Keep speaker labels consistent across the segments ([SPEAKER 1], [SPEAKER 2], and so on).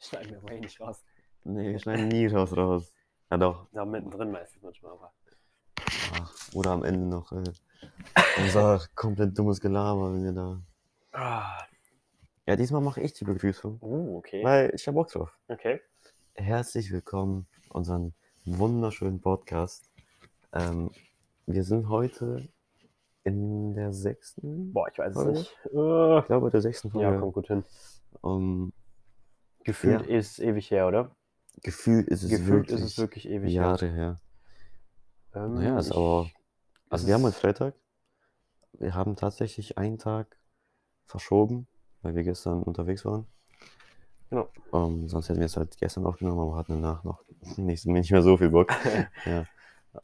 [SPEAKER 1] Schneiden wir aber eh nicht raus.
[SPEAKER 2] Nee, wir schneiden nie raus raus. Ja doch.
[SPEAKER 1] Ja, mittendrin meistens manchmal, aber.
[SPEAKER 2] Ach, oder am Ende noch äh, unser komplett dummes Gelaber, wenn wir da.
[SPEAKER 1] Ah,
[SPEAKER 2] Ja, diesmal mache ich die Begrüßung,
[SPEAKER 1] uh, okay.
[SPEAKER 2] weil ich habe Bock drauf.
[SPEAKER 1] Okay.
[SPEAKER 2] Herzlich willkommen unseren wunderschönen Podcast. Ähm, wir sind heute in der sechsten,
[SPEAKER 1] Boah, ich weiß es
[SPEAKER 2] Oder?
[SPEAKER 1] nicht. Äh,
[SPEAKER 2] ich glaube der sechsten Folge.
[SPEAKER 1] ja, kommt gut hin.
[SPEAKER 2] Ähm,
[SPEAKER 1] Gefühlt ist ewig her, oder?
[SPEAKER 2] gefühlt ist es
[SPEAKER 1] Gefühlt
[SPEAKER 2] wirklich
[SPEAKER 1] ist es wirklich ewig her.
[SPEAKER 2] Jahre her.
[SPEAKER 1] Ähm,
[SPEAKER 2] Naja, ist
[SPEAKER 1] ich-
[SPEAKER 2] aber- Also
[SPEAKER 1] es
[SPEAKER 2] wir haben heute
[SPEAKER 1] ist-
[SPEAKER 2] Freitag. Wir haben tatsächlich einen Tag verschoben, weil wir gestern unterwegs waren.
[SPEAKER 1] Genau.
[SPEAKER 2] Ähm, sonst hätten wir es halt gestern aufgenommen, aber hatten danach noch nicht, nicht mehr so viel Bock. ja.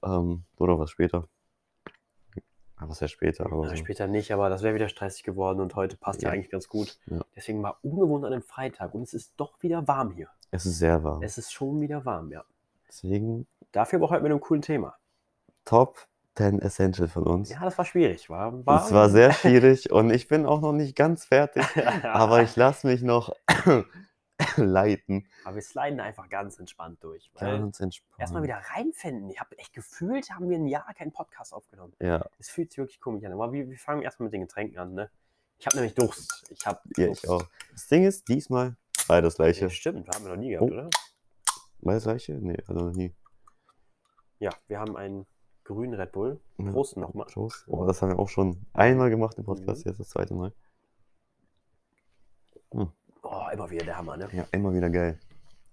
[SPEAKER 2] ähm, oder was später. Aber was heißt später? Aber
[SPEAKER 1] Na,
[SPEAKER 2] so.
[SPEAKER 1] Später nicht, aber das wäre wieder stressig geworden und heute passt ja,
[SPEAKER 2] Ja.
[SPEAKER 1] eigentlich ganz gut.
[SPEAKER 2] Ja.
[SPEAKER 1] Deswegen mal ungewohnt an einem Freitag und es ist doch wieder warm hier.
[SPEAKER 2] Es ist sehr warm.
[SPEAKER 1] Es ist schon wieder warm, ja.
[SPEAKER 2] Deswegen
[SPEAKER 1] Dafür aber heute mit einem coolen Thema.
[SPEAKER 2] Top 10 Essential von uns.
[SPEAKER 1] Ja, das war schwierig, war.
[SPEAKER 2] Es war sehr schwierig und ich bin auch noch nicht ganz fertig, aber ich lasse mich noch leiten.
[SPEAKER 1] aber wir sliden einfach ganz entspannt durch. Weil
[SPEAKER 2] Ganz entspannt.
[SPEAKER 1] erstmal wieder reinfinden. Ich habe echt gefühlt, haben wir ein Jahr keinen Podcast aufgenommen.
[SPEAKER 2] Ja,
[SPEAKER 1] Es fühlt sich wirklich komisch an. Aber wir, wir fangen erstmal mit den Getränken an, ne? Ich habe nämlich Durst. Ich habe
[SPEAKER 2] Ja, ich auch. Das Ding ist, diesmal war das gleiche.
[SPEAKER 1] Ja, stimmt, haben wir noch nie gehabt,
[SPEAKER 2] Oh.
[SPEAKER 1] oder?
[SPEAKER 2] War das gleiche? Nee, also noch nie.
[SPEAKER 1] Ja, wir haben einen grünen Red Bull.
[SPEAKER 2] Ja.
[SPEAKER 1] Prost Mhm. nochmal.
[SPEAKER 2] Prost. Oh, das haben wir auch schon einmal gemacht im Podcast, jetzt das zweite Mal.
[SPEAKER 1] Oh, immer wieder der Hammer, ne?
[SPEAKER 2] Ja, immer wieder geil.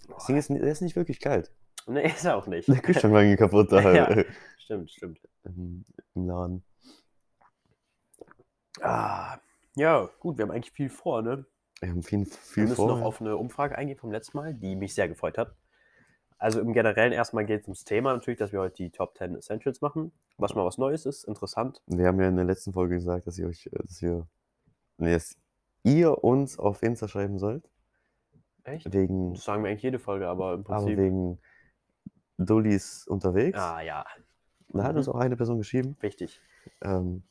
[SPEAKER 1] Boah.
[SPEAKER 2] Das Ding ist, der ist nicht wirklich kalt.
[SPEAKER 1] Ne, ist er auch nicht.
[SPEAKER 2] Der Kühlschrank war irgendwie kaputt da
[SPEAKER 1] Ja.
[SPEAKER 2] äh,
[SPEAKER 1] stimmt, stimmt.
[SPEAKER 2] im im Laden.
[SPEAKER 1] Ah, ja, gut, wir haben eigentlich viel vor, ne?
[SPEAKER 2] Wir haben viel,
[SPEAKER 1] Wir
[SPEAKER 2] viel
[SPEAKER 1] müssen
[SPEAKER 2] vor.
[SPEAKER 1] noch auf eine Umfrage eingehen vom letzten Mal, die mich sehr gefreut hat. Also im Generellen erstmal geht es ums Thema natürlich, dass wir heute die Top 10 Essentials machen. Was mal was Neues ist, interessant.
[SPEAKER 2] wir haben ja in der letzten Folge gesagt, dass ihr euch, äh, dass ihr, nee, dass ihr uns auf Insta schreiben sollt.
[SPEAKER 1] Echt?
[SPEAKER 2] Wegen,
[SPEAKER 1] Das sagen wir eigentlich jede Folge, aber im
[SPEAKER 2] aber
[SPEAKER 1] Prinzip.
[SPEAKER 2] wegen Dullis unterwegs.
[SPEAKER 1] ah ja,
[SPEAKER 2] Da hat
[SPEAKER 1] mhm.
[SPEAKER 2] uns auch eine Person geschrieben.
[SPEAKER 1] wichtig.
[SPEAKER 2] ähm,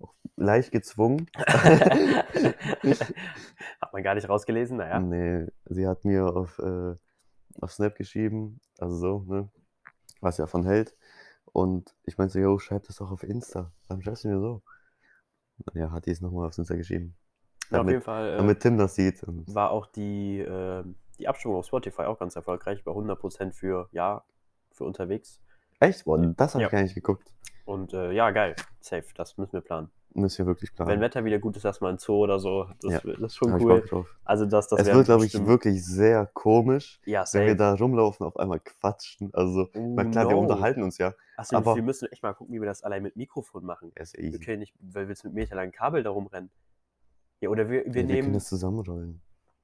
[SPEAKER 2] auch leicht gezwungen.
[SPEAKER 1] Hat man gar nicht rausgelesen, naja.
[SPEAKER 2] Nee, sie hat mir auf, äh, auf Snap geschrieben, also so, ne, was sie davon hält. Und ich meinte so, yo, schreib das doch auf Insta. Warum schreibst du mir so? Ja, hat die es nochmal auf Insta geschrieben.
[SPEAKER 1] Na, auf
[SPEAKER 2] damit-
[SPEAKER 1] jeden Fall äh,
[SPEAKER 2] Damit Tim das sieht. Und
[SPEAKER 1] war auch die, äh, die Abstimmung auf Spotify auch ganz erfolgreich, bei 100% für ja, für unterwegs.
[SPEAKER 2] echt? Boah, das habe
[SPEAKER 1] Ja.
[SPEAKER 2] ich gar nicht geguckt.
[SPEAKER 1] Und äh, ja, geil, safe, das müssen wir planen.
[SPEAKER 2] Müssen wir wirklich planen.
[SPEAKER 1] Wenn Wetter wieder gut ist, erstmal ein Zoo oder so. Das,
[SPEAKER 2] Ja.
[SPEAKER 1] wird- das ist
[SPEAKER 2] Hab
[SPEAKER 1] schon
[SPEAKER 2] ich
[SPEAKER 1] cool.
[SPEAKER 2] Bock drauf.
[SPEAKER 1] Also das, das
[SPEAKER 2] es
[SPEAKER 1] wär
[SPEAKER 2] wird, glaube ich,
[SPEAKER 1] bestimmt-
[SPEAKER 2] wirklich sehr komisch,
[SPEAKER 1] Ja,
[SPEAKER 2] wenn wir
[SPEAKER 1] safe.
[SPEAKER 2] da rumlaufen, auf einmal quatschen. Also,
[SPEAKER 1] Oh,
[SPEAKER 2] na klar, wir
[SPEAKER 1] no.
[SPEAKER 2] unterhalten uns ja.
[SPEAKER 1] Achso,
[SPEAKER 2] aber-
[SPEAKER 1] wir müssen echt mal gucken, wie wir das allein mit Mikrofon machen.
[SPEAKER 2] Ja, ist eh ja
[SPEAKER 1] Wir
[SPEAKER 2] easy.
[SPEAKER 1] können nicht, weil wir jetzt mit meterlangen Kabel da rumrennen. Ja, oder wir, wir
[SPEAKER 2] Ja, wir können
[SPEAKER 1] nehmen.
[SPEAKER 2] das zusammenrollen.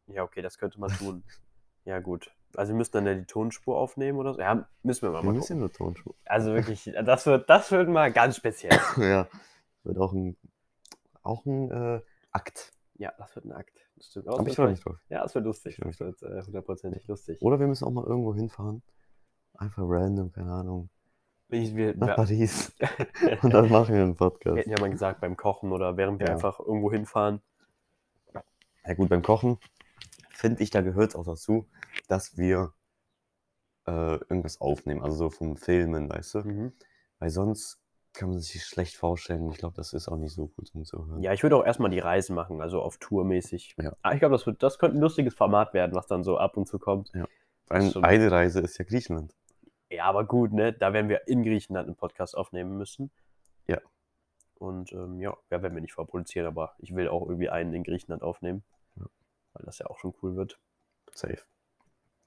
[SPEAKER 1] Ja, okay, das könnte man tun. ja, gut. Also wir müssen dann ja die Tonspur aufnehmen oder so. Ja, müssen wir mal,
[SPEAKER 2] Wir
[SPEAKER 1] mal gucken.
[SPEAKER 2] müssen ja nur Tonschuhe.
[SPEAKER 1] Also wirklich, das wird, das wird mal ganz speziell.
[SPEAKER 2] ja. Wird auch ein, auch ein äh, Akt.
[SPEAKER 1] ja, das wird ein Akt. Das stimmt.
[SPEAKER 2] Hab
[SPEAKER 1] Aber
[SPEAKER 2] ich
[SPEAKER 1] das
[SPEAKER 2] noch
[SPEAKER 1] wird-
[SPEAKER 2] nicht drauf.
[SPEAKER 1] Ja, das wird lustig.
[SPEAKER 2] Hab ich
[SPEAKER 1] Das wird äh, hundertprozentig lustig.
[SPEAKER 2] Oder wir müssen auch mal irgendwo hinfahren. Einfach random, keine Ahnung.
[SPEAKER 1] Ich, wir,
[SPEAKER 2] Nach
[SPEAKER 1] wir,
[SPEAKER 2] Paris. Und dann machen wir einen
[SPEAKER 1] wir
[SPEAKER 2] Podcast.
[SPEAKER 1] hätten ja mal gesagt, beim Kochen oder während wir
[SPEAKER 2] Ja.
[SPEAKER 1] einfach irgendwo hinfahren.
[SPEAKER 2] Ja gut, beim Kochen finde ich, da gehört es auch dazu, dass wir äh, irgendwas aufnehmen. Also so vom Filmen, weißt du?
[SPEAKER 1] Mhm.
[SPEAKER 2] Weil sonst kann man sich schlecht vorstellen. Ich glaube, das ist auch nicht so gut, um zu hören.
[SPEAKER 1] Ja, ich würde auch erstmal die Reisen machen, also auf Tour mäßig.
[SPEAKER 2] Ja.
[SPEAKER 1] Ah, ich glaube, das, wird- das könnte ein lustiges Format werden, was dann so ab und zu kommt.
[SPEAKER 2] Vor allem
[SPEAKER 1] stimmt.
[SPEAKER 2] eine Reise ist ja Griechenland.
[SPEAKER 1] Ja, aber gut, ne? Da werden wir in Griechenland einen Podcast aufnehmen müssen.
[SPEAKER 2] Ja.
[SPEAKER 1] Und ähm, ja, ja, werden wir nicht vorproduzieren, aber ich will auch irgendwie einen in Griechenland aufnehmen,
[SPEAKER 2] Ja.
[SPEAKER 1] weil das ja auch schon cool wird.
[SPEAKER 2] Safe.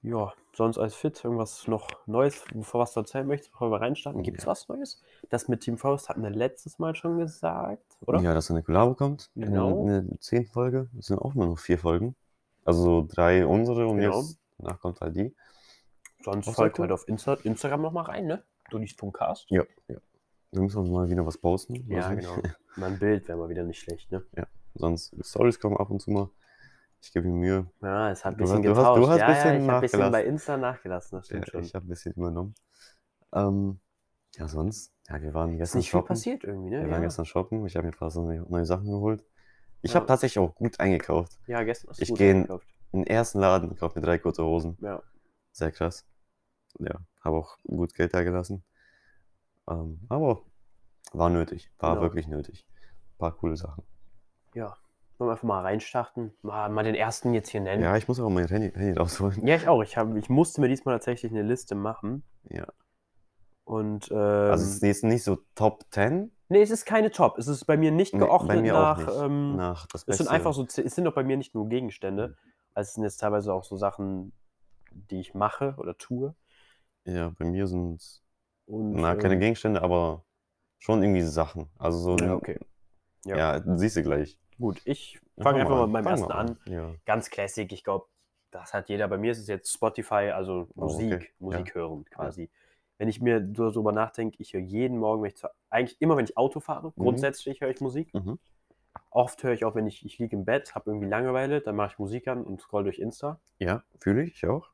[SPEAKER 1] Ja, sonst als Fit irgendwas noch Neues, bevor was du erzählen möchtest, bevor wir reinstarten. Gibt es
[SPEAKER 2] Ja.
[SPEAKER 1] was Neues? Das mit Team Forest hatten wir letztes Mal schon gesagt, oder?
[SPEAKER 2] Ja, dass eine Kollabo kommt.
[SPEAKER 1] Genau.
[SPEAKER 2] In, der- in der zehnten Folge. Es sind auch immer noch vier Folgen. Also so drei unsere und
[SPEAKER 1] Genau.
[SPEAKER 2] jetzt danach kommt halt die.
[SPEAKER 1] Sonst
[SPEAKER 2] Auch sehr
[SPEAKER 1] folgt
[SPEAKER 2] cool.
[SPEAKER 1] halt auf Insta Instagram nochmal rein, ne? Du liest vom Cast.
[SPEAKER 2] Ja. ja. Wir müssen uns mal wieder was posten.
[SPEAKER 1] Ja,
[SPEAKER 2] weiß nicht.
[SPEAKER 1] genau. Mal ein Bild wäre mal wieder nicht schlecht, ne?
[SPEAKER 2] Sonst Stories kommen ab und zu mal. Ich gebe mir Mühe.
[SPEAKER 1] Ja, es hat ein
[SPEAKER 2] Du
[SPEAKER 1] bisschen
[SPEAKER 2] hast- du hast- du
[SPEAKER 1] getauscht.
[SPEAKER 2] hast
[SPEAKER 1] ja, ja,
[SPEAKER 2] bisschen
[SPEAKER 1] ich habe ein bisschen bei
[SPEAKER 2] nachgelassen.
[SPEAKER 1] Insta nachgelassen, das
[SPEAKER 2] Ja,
[SPEAKER 1] stimmt schon.
[SPEAKER 2] Äh, ich habe ein bisschen übernommen. Ähm, ja, sonst. Ja, wir waren
[SPEAKER 1] Ist
[SPEAKER 2] gestern
[SPEAKER 1] nicht viel
[SPEAKER 2] shoppen.
[SPEAKER 1] passiert irgendwie, ne?
[SPEAKER 2] Wir waren gestern shoppen. Ich habe mir ein paar so neue, neue Sachen geholt. Ich
[SPEAKER 1] Ja.
[SPEAKER 2] habe tatsächlich auch gut eingekauft.
[SPEAKER 1] ja, gestern hast du
[SPEAKER 2] Ich
[SPEAKER 1] gut
[SPEAKER 2] geh in-
[SPEAKER 1] eingekauft.
[SPEAKER 2] in den ersten Laden und kaufe mir drei kurze Hosen.
[SPEAKER 1] Ja.
[SPEAKER 2] Sehr krass. Ja, habe auch gut Geld da gelassen. Ähm, aber war nötig, war
[SPEAKER 1] Ja.
[SPEAKER 2] wirklich nötig. paar coole Sachen.
[SPEAKER 1] Wollen wir einfach mal reinstarten? Mal, mal den ersten jetzt hier nennen.
[SPEAKER 2] Ja, ich muss auch mein Handy, Handy rausholen.
[SPEAKER 1] Ja, ich auch. Ich, hab, ich musste mir diesmal tatsächlich eine Liste machen.
[SPEAKER 2] Ja.
[SPEAKER 1] Und ähm,
[SPEAKER 2] Also es ist jetzt nicht so Top 10.
[SPEAKER 1] nee, es ist keine Top. Es ist bei mir nicht
[SPEAKER 2] Nee,
[SPEAKER 1] geordnet
[SPEAKER 2] bei mir
[SPEAKER 1] nach.
[SPEAKER 2] auch nicht.
[SPEAKER 1] Ähm,
[SPEAKER 2] nach Mhm. das
[SPEAKER 1] es
[SPEAKER 2] Beste.
[SPEAKER 1] sind einfach so, es sind doch bei mir nicht nur Gegenstände. Also es sind jetzt teilweise auch so Sachen, die ich mache oder tue.
[SPEAKER 2] Ja, bei mir sind es
[SPEAKER 1] Und,
[SPEAKER 2] na, keine
[SPEAKER 1] ähm,
[SPEAKER 2] Gegenstände, aber schon irgendwie Sachen. Also so,
[SPEAKER 1] Ja, okay. Ja.
[SPEAKER 2] ja, siehst du gleich.
[SPEAKER 1] Gut, ich fange einfach mal mit meinem
[SPEAKER 2] Fang
[SPEAKER 1] ersten
[SPEAKER 2] mal
[SPEAKER 1] an.
[SPEAKER 2] Ja.
[SPEAKER 1] Ganz classic, ich glaube, das hat jeder. Bei mir ist es jetzt Spotify, also
[SPEAKER 2] Oh, okay.
[SPEAKER 1] Musik, Musik hören quasi. Wenn ich mir so darüber nachdenke, ich höre jeden Morgen, wenn ich zu, eigentlich immer, wenn ich Auto fahre, grundsätzlich höre ich Musik.
[SPEAKER 2] Mhm.
[SPEAKER 1] Oft höre ich auch, wenn ich, ich liege im Bett, habe irgendwie Langeweile, dann mache ich Musik an und scroll durch Insta.
[SPEAKER 2] Ja, fühle ich auch.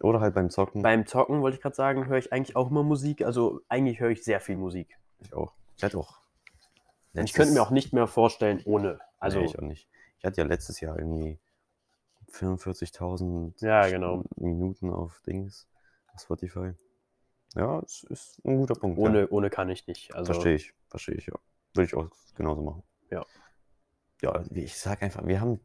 [SPEAKER 2] Oder halt beim Zocken.
[SPEAKER 1] Beim Zocken, wollte ich gerade sagen, höre ich eigentlich auch immer Musik. Also eigentlich höre ich sehr viel Musik.
[SPEAKER 2] ich auch. Ich hatte auch.
[SPEAKER 1] Und ich könnte mir auch nicht mehr vorstellen ohne. Also
[SPEAKER 2] Also ich auch nicht. Ich hatte ja letztes Jahr irgendwie 45.000
[SPEAKER 1] Ja, genau.
[SPEAKER 2] Minuten auf Dings, auf Spotify. Ja, es ist ein guter Punkt.
[SPEAKER 1] ohne,
[SPEAKER 2] ja.
[SPEAKER 1] ohne kann ich nicht. Also
[SPEAKER 2] Verstehe ich, verstehe ich, ja. Würde ich auch genauso machen.
[SPEAKER 1] Ja.
[SPEAKER 2] Ja, wie ich sag einfach, wir haben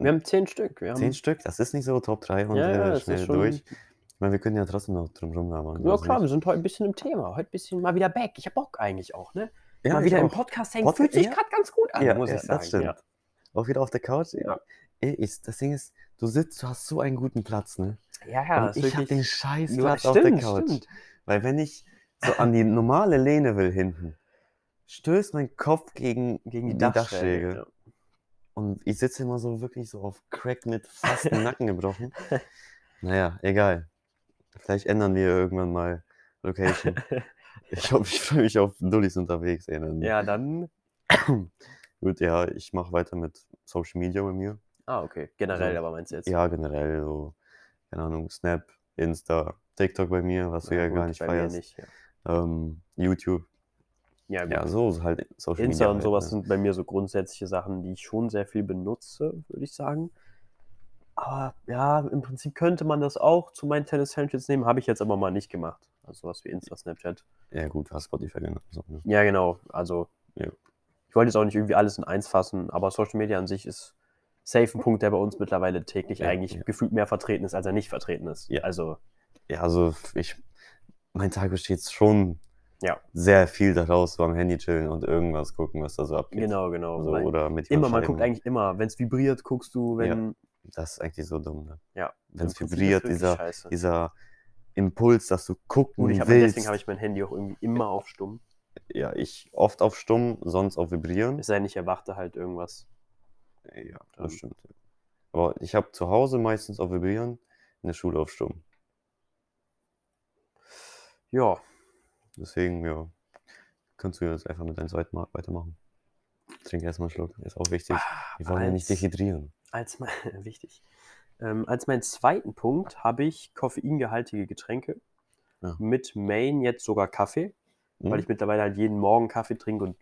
[SPEAKER 1] wir haben zehn Stück. Wir haben
[SPEAKER 2] zehn Stück, das ist nicht so Top 3 und
[SPEAKER 1] Ja, ja,
[SPEAKER 2] äh,
[SPEAKER 1] es ist
[SPEAKER 2] schnell
[SPEAKER 1] schon-
[SPEAKER 2] durch. Ich meine, wir können ja trotzdem noch drum rumlabern.
[SPEAKER 1] Ja,
[SPEAKER 2] also
[SPEAKER 1] klar, wir
[SPEAKER 2] nicht-
[SPEAKER 1] sind heute ein bisschen im Thema. Heute ein bisschen mal wieder back. Ich hab Bock eigentlich auch, ne?
[SPEAKER 2] Ja,
[SPEAKER 1] mal
[SPEAKER 2] ich
[SPEAKER 1] wieder im
[SPEAKER 2] auch.
[SPEAKER 1] Podcast hängen.
[SPEAKER 2] Pod-
[SPEAKER 1] Fühlt sich
[SPEAKER 2] ja.
[SPEAKER 1] gerade ganz gut an,
[SPEAKER 2] Ja,
[SPEAKER 1] muss
[SPEAKER 2] ja,
[SPEAKER 1] ich sagen.
[SPEAKER 2] das stimmt.
[SPEAKER 1] Ja.
[SPEAKER 2] Auch wieder auf der Couch.
[SPEAKER 1] Ja.
[SPEAKER 2] Ey, ist, das Ding ist, du sitzt, du hast so einen guten Platz, ne?
[SPEAKER 1] Ja, ja,
[SPEAKER 2] und
[SPEAKER 1] ist
[SPEAKER 2] ich habe den
[SPEAKER 1] wirklich-
[SPEAKER 2] scheiß
[SPEAKER 1] Ja,
[SPEAKER 2] Platz auf der
[SPEAKER 1] stimmt,
[SPEAKER 2] Couch.
[SPEAKER 1] stimmt.
[SPEAKER 2] Weil wenn ich so an die normale Lehne will hinten, stößt mein Kopf gegen,
[SPEAKER 1] gegen die,
[SPEAKER 2] die
[SPEAKER 1] Dachschräge.
[SPEAKER 2] Dachschräge. Und ich sitze immer so wirklich so auf Crack mit fast dem Nacken gebrochen. Naja, egal. Vielleicht ändern wir irgendwann mal Location. Ich hoffe, ich freue mich auf Dullis unterwegs. Ey, dann.
[SPEAKER 1] Ja. ja, dann.
[SPEAKER 2] Gut, ja, ich mache weiter mit Social Media bei mir.
[SPEAKER 1] Ah, okay. Generell,
[SPEAKER 2] So.
[SPEAKER 1] aber meinst du jetzt?
[SPEAKER 2] Also Ja, generell so, keine Ahnung, Snap, Insta, TikTok bei mir, was du ja,
[SPEAKER 1] gut,
[SPEAKER 2] gar nicht
[SPEAKER 1] bei mir
[SPEAKER 2] feierst.
[SPEAKER 1] nicht. Ja,
[SPEAKER 2] Ähm, YouTube.
[SPEAKER 1] ja, gut.
[SPEAKER 2] Ja, so ist halt Social
[SPEAKER 1] Insta
[SPEAKER 2] Media
[SPEAKER 1] und
[SPEAKER 2] halt,
[SPEAKER 1] sowas
[SPEAKER 2] ne?
[SPEAKER 1] sind bei mir so grundsätzliche Sachen, die ich schon sehr viel benutze, würde ich sagen. Aber ja, im Prinzip könnte man das auch zu meinen Tennis-Handshakes nehmen, habe ich jetzt aber mal nicht gemacht. Also sowas wie Insta, Snapchat.
[SPEAKER 2] Ja, gut, was Spotify genau. So, ne?
[SPEAKER 1] Ja, genau. Also,
[SPEAKER 2] Ja.
[SPEAKER 1] ich wollte jetzt auch nicht irgendwie alles in eins fassen, aber Social Media an sich ist safe ein Punkt, der bei uns mittlerweile täglich
[SPEAKER 2] Ja,
[SPEAKER 1] eigentlich
[SPEAKER 2] ja.
[SPEAKER 1] gefühlt mehr vertreten ist, als er nicht vertreten ist.
[SPEAKER 2] Ja.
[SPEAKER 1] Also,
[SPEAKER 2] Ja, also ich, mein Tag besteht schon
[SPEAKER 1] Ja.
[SPEAKER 2] sehr viel daraus, so am Handy chillen und irgendwas gucken, was da so abgeht.
[SPEAKER 1] genau, genau.
[SPEAKER 2] So,
[SPEAKER 1] Weil
[SPEAKER 2] Also, oder mit
[SPEAKER 1] immer,
[SPEAKER 2] jemand
[SPEAKER 1] man guckt
[SPEAKER 2] schreiben.
[SPEAKER 1] eigentlich immer. Wenn es vibriert, guckst du,
[SPEAKER 2] Ja.
[SPEAKER 1] wenn.
[SPEAKER 2] Das ist eigentlich so dumm, ne?
[SPEAKER 1] Ja,
[SPEAKER 2] Wenn es
[SPEAKER 1] Im Prinzip ist
[SPEAKER 2] vibriert,
[SPEAKER 1] wirklich
[SPEAKER 2] dieser,
[SPEAKER 1] Scheiße.
[SPEAKER 2] dieser Impuls, dass du gucken
[SPEAKER 1] Gut, ich hab, halt,
[SPEAKER 2] willst.
[SPEAKER 1] deswegen habe ich mein Handy auch irgendwie immer auf stumm.
[SPEAKER 2] ja, ich oft auf stumm, sonst auf vibrieren.
[SPEAKER 1] Es sei denn, ich erwarte halt irgendwas.
[SPEAKER 2] Ja,
[SPEAKER 1] Dann-
[SPEAKER 2] das stimmt. ja. Aber ich habe zu Hause meistens auf vibrieren, in der Schule auf stumm.
[SPEAKER 1] Ja,
[SPEAKER 2] Deswegen, ja, kannst du jetzt einfach mit deinem zweiten Mal weitermachen. Trink erstmal einen Schluck, ist auch wichtig.
[SPEAKER 1] Ah,
[SPEAKER 2] Wir wollen ja nicht
[SPEAKER 1] als-
[SPEAKER 2] dehydrieren.
[SPEAKER 1] als mein, wichtig. Ähm, als meinen zweiten Punkt habe ich koffeingehaltige Getränke.
[SPEAKER 2] Ja.
[SPEAKER 1] Mit Main jetzt sogar Kaffee.
[SPEAKER 2] Hm?
[SPEAKER 1] weil ich mittlerweile halt jeden Morgen Kaffee trinke und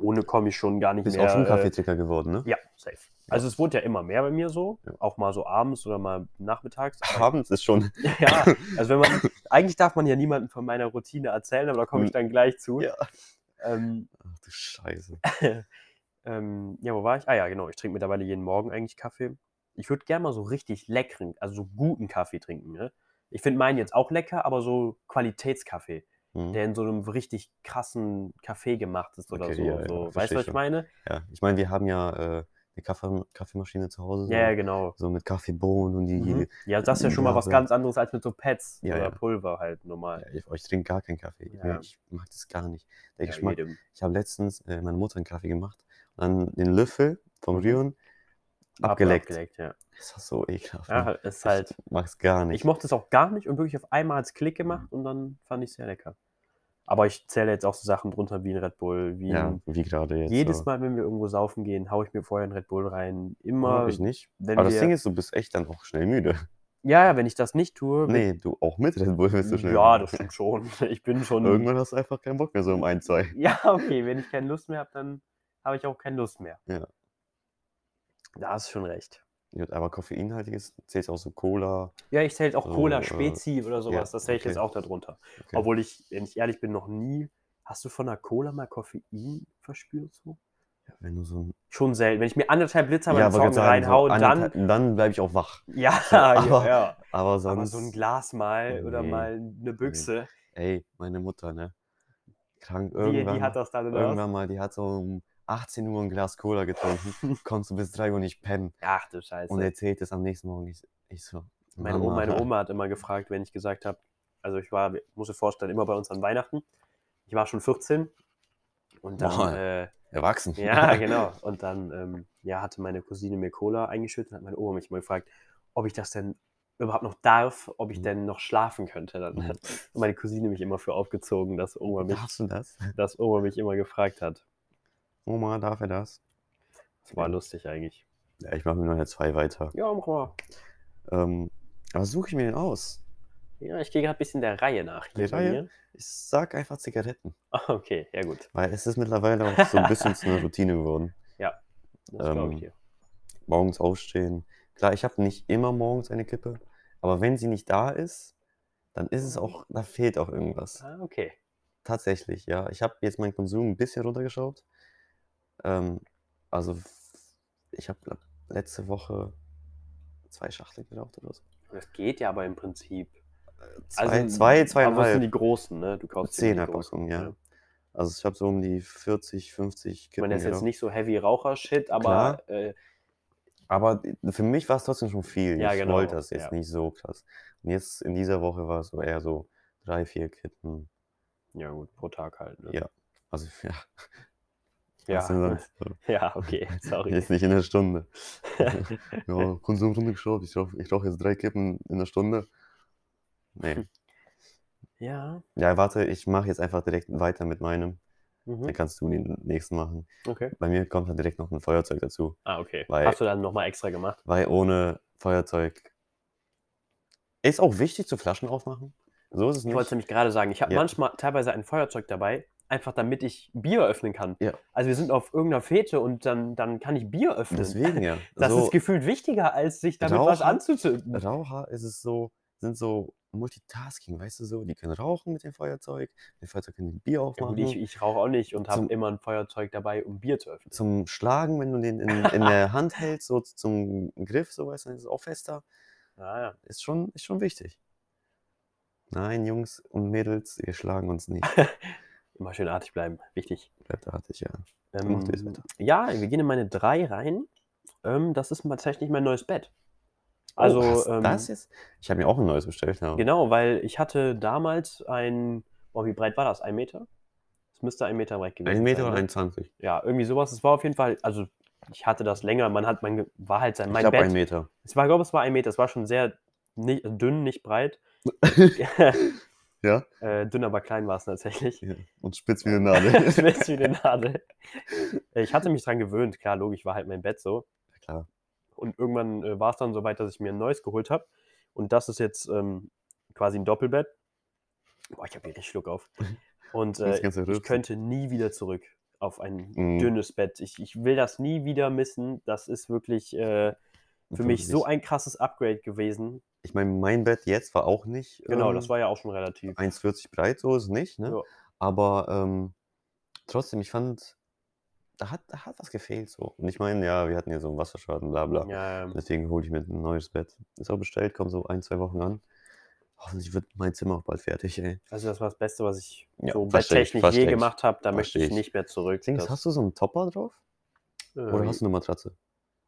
[SPEAKER 1] ohne komme ich schon gar
[SPEAKER 2] du
[SPEAKER 1] nicht
[SPEAKER 2] bist
[SPEAKER 1] mehr.
[SPEAKER 2] auch schon
[SPEAKER 1] äh,
[SPEAKER 2] Kaffeetrinker geworden, ne?
[SPEAKER 1] Ja, safe. Also es wurde ja immer mehr bei mir so,
[SPEAKER 2] Ja.
[SPEAKER 1] auch mal so abends oder mal nachmittags. aber-
[SPEAKER 2] Abends ist schon.
[SPEAKER 1] ja, also wenn man, eigentlich darf man ja niemandem von meiner Routine erzählen, aber da komme ich dann gleich zu.
[SPEAKER 2] Hm. Ja.
[SPEAKER 1] Ähm,
[SPEAKER 2] Ach du Scheiße.
[SPEAKER 1] ähm, ja, wo war ich? Ah ja, genau, ich trinke mittlerweile jeden Morgen eigentlich Kaffee. Ich würde gerne mal so richtig leckeren, also so guten Kaffee trinken. Ne? Ich finde meinen jetzt auch lecker, aber so Qualitätskaffee.
[SPEAKER 2] Hm?
[SPEAKER 1] der in so einem richtig krassen Café gemacht ist oder
[SPEAKER 2] Okay,
[SPEAKER 1] so.
[SPEAKER 2] ja, ja,
[SPEAKER 1] so.
[SPEAKER 2] verstehe
[SPEAKER 1] weißt du, was ich
[SPEAKER 2] schon.
[SPEAKER 1] meine?
[SPEAKER 2] Ja, ich meine, wir haben ja äh, eine Kaffee Kaffeemaschine zu Hause. So,
[SPEAKER 1] Ja, ja, genau.
[SPEAKER 2] so mit Kaffeebohnen und Also die.
[SPEAKER 1] Mhm. Ja, das ist ja schon mal was
[SPEAKER 2] Blase.
[SPEAKER 1] ganz anderes als mit so Pads
[SPEAKER 2] Ja,
[SPEAKER 1] oder
[SPEAKER 2] ja.
[SPEAKER 1] Pulver halt normal.
[SPEAKER 2] Ja, äh, ich, ich trinke gar keinen Kaffee. Ich,
[SPEAKER 1] Ja.
[SPEAKER 2] ich mag das gar nicht. Der
[SPEAKER 1] Ja,
[SPEAKER 2] Geschmack
[SPEAKER 1] jedem.
[SPEAKER 2] Ich habe letztens äh, meiner Mutter einen Kaffee gemacht und dann den Löffel vom
[SPEAKER 1] Mhm.
[SPEAKER 2] Rühren
[SPEAKER 1] Ab-
[SPEAKER 2] abgeleckt.
[SPEAKER 1] abgeleckt ja.
[SPEAKER 2] Das war so ekelhaft.
[SPEAKER 1] ja,
[SPEAKER 2] ne?
[SPEAKER 1] ist halt.
[SPEAKER 2] Ich mag es gar
[SPEAKER 1] Ich
[SPEAKER 2] nicht.
[SPEAKER 1] mochte es auch gar nicht und wirklich auf einmal hat es Klick gemacht
[SPEAKER 2] Mhm.
[SPEAKER 1] und dann fand ich es sehr lecker. Aber ich zähle jetzt auch so Sachen drunter wie ein Red Bull, wie
[SPEAKER 2] ja,
[SPEAKER 1] ein,
[SPEAKER 2] wie gerade jetzt.
[SPEAKER 1] Mhm. jedes
[SPEAKER 2] so.
[SPEAKER 1] Mal, wenn wir irgendwo saufen gehen, haue ich mir vorher einen Red Bull rein.
[SPEAKER 2] Mag
[SPEAKER 1] Immer,
[SPEAKER 2] ich nicht.
[SPEAKER 1] wenn
[SPEAKER 2] Aber das
[SPEAKER 1] wir,
[SPEAKER 2] Ding ist, du bist echt dann auch schnell müde.
[SPEAKER 1] ja, ja, wenn ich das nicht tue, bin-
[SPEAKER 2] Nee, du auch mit Red Bull bist du schnell
[SPEAKER 1] ja,
[SPEAKER 2] müde.
[SPEAKER 1] das stimmt schon. Ich bin schon
[SPEAKER 2] Irgendwann hast du einfach keinen Bock mehr, so um ein, zwei.
[SPEAKER 1] Ja, okay, wenn ich keine Lust mehr habe, dann habe ich auch keine Lust mehr.
[SPEAKER 2] Ja.
[SPEAKER 1] Da hast du schon recht.
[SPEAKER 2] Gut, aber koffeinhaltiges zählt auch so Cola.
[SPEAKER 1] Ja, ich zähle auch
[SPEAKER 2] So,
[SPEAKER 1] Cola,
[SPEAKER 2] äh,
[SPEAKER 1] Spezi oder sowas. das zähle ich
[SPEAKER 2] okay.
[SPEAKER 1] jetzt auch darunter.
[SPEAKER 2] Okay.
[SPEAKER 1] Obwohl ich, wenn ich ehrlich bin, noch nie. Hast du von einer Cola mal Koffein verspürt? So?
[SPEAKER 2] Wenn du so ein
[SPEAKER 1] Schon selten. Wenn ich mir anderthalb Liter
[SPEAKER 2] Ja,
[SPEAKER 1] beim
[SPEAKER 2] wollte
[SPEAKER 1] Zocken
[SPEAKER 2] gerade sagen, so
[SPEAKER 1] reinhau, dann.
[SPEAKER 2] anderthalb- dann bleibe ich auch wach.
[SPEAKER 1] Ja,
[SPEAKER 2] So,
[SPEAKER 1] ja,
[SPEAKER 2] aber-
[SPEAKER 1] ja.
[SPEAKER 2] Aber
[SPEAKER 1] Aber
[SPEAKER 2] sonst,
[SPEAKER 1] so ein Glas mal oder
[SPEAKER 2] Nee.
[SPEAKER 1] mal eine Büchse,
[SPEAKER 2] ey, meine Mutter, ne? Krank
[SPEAKER 1] die,
[SPEAKER 2] irgendwann.
[SPEAKER 1] die hat das dann oder was?
[SPEAKER 2] irgendwann mal, die hat so um 18 Uhr ein Glas Cola getrunken, kommst du bis 3 Uhr nicht pennen.
[SPEAKER 1] Ach du Scheiße.
[SPEAKER 2] Und erzählt es am nächsten Morgen. Ich, ich so,
[SPEAKER 1] Meine,
[SPEAKER 2] Mama,
[SPEAKER 1] Oma, meine Oma hat immer gefragt, wenn ich gesagt habe, also ich war, muss dir vorstellen, immer bei uns an Weihnachten. Ich war schon 14 und
[SPEAKER 2] Boah.
[SPEAKER 1] dann, äh,
[SPEAKER 2] Erwachsen.
[SPEAKER 1] ja, genau. Und dann ähm, ja, hatte meine Cousine mir Cola eingeschüttet und hat meine Oma mich mal gefragt, ob ich das denn überhaupt noch darf, ob ich
[SPEAKER 2] Mhm.
[SPEAKER 1] denn noch schlafen könnte. Dann hat meine Cousine mich immer für aufgezogen, dass Oma mich,
[SPEAKER 2] Darfst du das?
[SPEAKER 1] dass Oma mich immer gefragt hat.
[SPEAKER 2] Oma, darf er das?
[SPEAKER 1] Das war
[SPEAKER 2] Ja.
[SPEAKER 1] lustig eigentlich.
[SPEAKER 2] Ja, ich mache mir noch zwei weiter.
[SPEAKER 1] Ja, mach mal.
[SPEAKER 2] Ähm, aber suche ich mir den aus?
[SPEAKER 1] Ja, ich gehe gerade ein bisschen der Reihe nach.
[SPEAKER 2] Der
[SPEAKER 1] bei
[SPEAKER 2] Reihe?
[SPEAKER 1] mir.
[SPEAKER 2] Ich sag einfach Zigaretten.
[SPEAKER 1] Ah, Okay, ja gut.
[SPEAKER 2] Weil es ist mittlerweile auch so ein bisschen zu einer Routine geworden.
[SPEAKER 1] Das glaub ich
[SPEAKER 2] Ähm,
[SPEAKER 1] dir.
[SPEAKER 2] morgens aufstehen. Klar, ich habe nicht immer morgens eine Kippe, aber wenn sie nicht da ist, dann ist es auch, da fehlt auch irgendwas.
[SPEAKER 1] Ah, okay.
[SPEAKER 2] Tatsächlich, ja. Ich habe jetzt meinen Konsum ein bisschen runtergeschraubt. Ähm, also, f- ich habe letzte Woche zwei Schachteln geraucht oder so.
[SPEAKER 1] Das geht ja aber im Prinzip. Also,
[SPEAKER 2] Zwei, zwei
[SPEAKER 1] Aber was sind die
[SPEAKER 2] zweieinhalb.
[SPEAKER 1] großen, ne? Du kaufst dir die
[SPEAKER 2] Zehnerpackung, ja. Also, ich habe so um die 40, 50
[SPEAKER 1] Ich
[SPEAKER 2] Kippen
[SPEAKER 1] meine, das ist jetzt
[SPEAKER 2] geraucht.
[SPEAKER 1] nicht so heavy Raucher-Shit, aber äh,
[SPEAKER 2] Aber für mich war es trotzdem schon viel.
[SPEAKER 1] Ja,
[SPEAKER 2] ich
[SPEAKER 1] genau,
[SPEAKER 2] wollte das
[SPEAKER 1] ja.
[SPEAKER 2] jetzt nicht so krass. Und jetzt in dieser Woche war es so eher so drei, vier Kippen.
[SPEAKER 1] ja gut, pro Tag halt. Ne?
[SPEAKER 2] Ja, Also, ja. Was denn
[SPEAKER 1] ja.
[SPEAKER 2] sonst? So,
[SPEAKER 1] ja, okay, sorry.
[SPEAKER 2] Jetzt nicht in der Stunde. ja, Konsum runtergeschraubt. Ich rauche ich rauch jetzt drei Kippen in der Stunde. Nee.
[SPEAKER 1] ja,
[SPEAKER 2] Ja, warte, ich mache jetzt einfach direkt weiter mit meinem. Dann
[SPEAKER 1] mhm.
[SPEAKER 2] kannst du den nächsten machen.
[SPEAKER 1] okay.
[SPEAKER 2] Bei mir kommt dann direkt noch ein Feuerzeug dazu.
[SPEAKER 1] Ah, okay.
[SPEAKER 2] Weil-
[SPEAKER 1] Hast du dann nochmal extra gemacht?
[SPEAKER 2] Weil ohne Feuerzeug ist auch wichtig zu Flaschen aufmachen. So ist es
[SPEAKER 1] Ich
[SPEAKER 2] nicht.
[SPEAKER 1] wollte es nämlich gerade sagen, ich habe
[SPEAKER 2] Ja.
[SPEAKER 1] manchmal teilweise ein Feuerzeug dabei, einfach damit ich Bier öffnen kann.
[SPEAKER 2] Ja.
[SPEAKER 1] Also wir sind auf irgendeiner Fete und dann, dann kann ich Bier öffnen.
[SPEAKER 2] Deswegen ja.
[SPEAKER 1] Das
[SPEAKER 2] so,
[SPEAKER 1] ist gefühlt wichtiger, als sich damit was
[SPEAKER 2] Rauchen- Also
[SPEAKER 1] anzuzünden.
[SPEAKER 2] Raucher ist es so, sind so Multitasking, weißt du so, die können rauchen mit dem Feuerzeug, mit dem Feuerzeug können die Bier
[SPEAKER 1] Ja,
[SPEAKER 2] aufmachen.
[SPEAKER 1] gut, ich, ich rauche auch nicht und habe
[SPEAKER 2] Zum-
[SPEAKER 1] immer ein Feuerzeug dabei, um Bier zu öffnen.
[SPEAKER 2] zum Schlagen, wenn du den in, in der Hand hältst, so zum Griff, so weißt du, dann ist es auch fester.
[SPEAKER 1] Ah, ja.
[SPEAKER 2] Ist schon, ist schon wichtig. Nein, Jungs und Mädels, wir schlagen uns nicht.
[SPEAKER 1] Immer schön artig bleiben, wichtig.
[SPEAKER 2] Bleibt artig, ja.
[SPEAKER 1] Ähm,
[SPEAKER 2] Mach du jetzt weiter.
[SPEAKER 1] ja, wir gehen in meine drei rein. Ähm, das ist mal tatsächlich mein neues Bett. Also,
[SPEAKER 2] oh, hast du
[SPEAKER 1] ähm,
[SPEAKER 2] das jetzt? Ich habe mir auch ein neues bestellt. Ja.
[SPEAKER 1] genau, weil ich hatte damals ein, oh, wie breit war das? Ein Meter? Es müsste ein Meter breit gewesen
[SPEAKER 2] Ein Meter
[SPEAKER 1] sein.
[SPEAKER 2] und
[SPEAKER 1] ne?
[SPEAKER 2] 21.
[SPEAKER 1] Ja, irgendwie sowas. Es war auf jeden Fall, also ich hatte das länger. Man hat, man ge- war halt sein,
[SPEAKER 2] Ich
[SPEAKER 1] mein
[SPEAKER 2] glaube, ein
[SPEAKER 1] Bett.
[SPEAKER 2] Meter.
[SPEAKER 1] Es war, glaube es war ein Meter. Es war schon sehr ni- dünn, nicht breit.
[SPEAKER 2] ja?
[SPEAKER 1] äh, dünn, aber klein war es tatsächlich.
[SPEAKER 2] ja. Und spitz wie eine Nadel.
[SPEAKER 1] Spitz wie eine Nadel. Ich hatte mich dran gewöhnt, klar, logisch, war halt mein Bett so.
[SPEAKER 2] Ja, Klar.
[SPEAKER 1] Und irgendwann äh, war es dann soweit, dass ich mir ein neues geholt habe. Und das ist jetzt ähm, quasi ein Doppelbett. Boah, ich habe richtig Schluck auf. Und
[SPEAKER 2] Das
[SPEAKER 1] äh,
[SPEAKER 2] ganze
[SPEAKER 1] ich
[SPEAKER 2] Rülpsen.
[SPEAKER 1] könnte nie wieder zurück auf ein
[SPEAKER 2] Mm.
[SPEAKER 1] dünnes Bett. Ich, ich will das nie wieder missen. Das ist wirklich äh, für
[SPEAKER 2] Du,
[SPEAKER 1] mich so
[SPEAKER 2] ich-
[SPEAKER 1] ein krasses Upgrade gewesen.
[SPEAKER 2] Ich meine, mein Bett jetzt war auch nicht.
[SPEAKER 1] Genau,
[SPEAKER 2] ähm,
[SPEAKER 1] das war ja auch schon relativ.
[SPEAKER 2] 1,40 breit, so ist es nicht, ne?
[SPEAKER 1] Ja.
[SPEAKER 2] Aber ähm, trotzdem, ich fand, da hat, da hat was gefehlt so. Und ich meine, ja, wir hatten ja so einen Wasserschaden, bla bla.
[SPEAKER 1] Ja, ähm, ja.
[SPEAKER 2] Deswegen hole ich mir ein neues Bett. Ist auch bestellt, kommt so ein, zwei Wochen an. Hoffentlich wird mein Zimmer auch bald fertig, ey.
[SPEAKER 1] also das war das Beste, was ich
[SPEAKER 2] Ja,
[SPEAKER 1] so
[SPEAKER 2] versteh ich,
[SPEAKER 1] betttechnisch
[SPEAKER 2] versteh
[SPEAKER 1] je
[SPEAKER 2] ich,
[SPEAKER 1] gemacht habe. Da möchte
[SPEAKER 2] versteh
[SPEAKER 1] ich
[SPEAKER 2] ich.
[SPEAKER 1] nicht mehr zurück.
[SPEAKER 2] Dings,
[SPEAKER 1] Das-
[SPEAKER 2] hast du so einen Topper drauf? Oder
[SPEAKER 1] Äh,
[SPEAKER 2] hast du eine Matratze?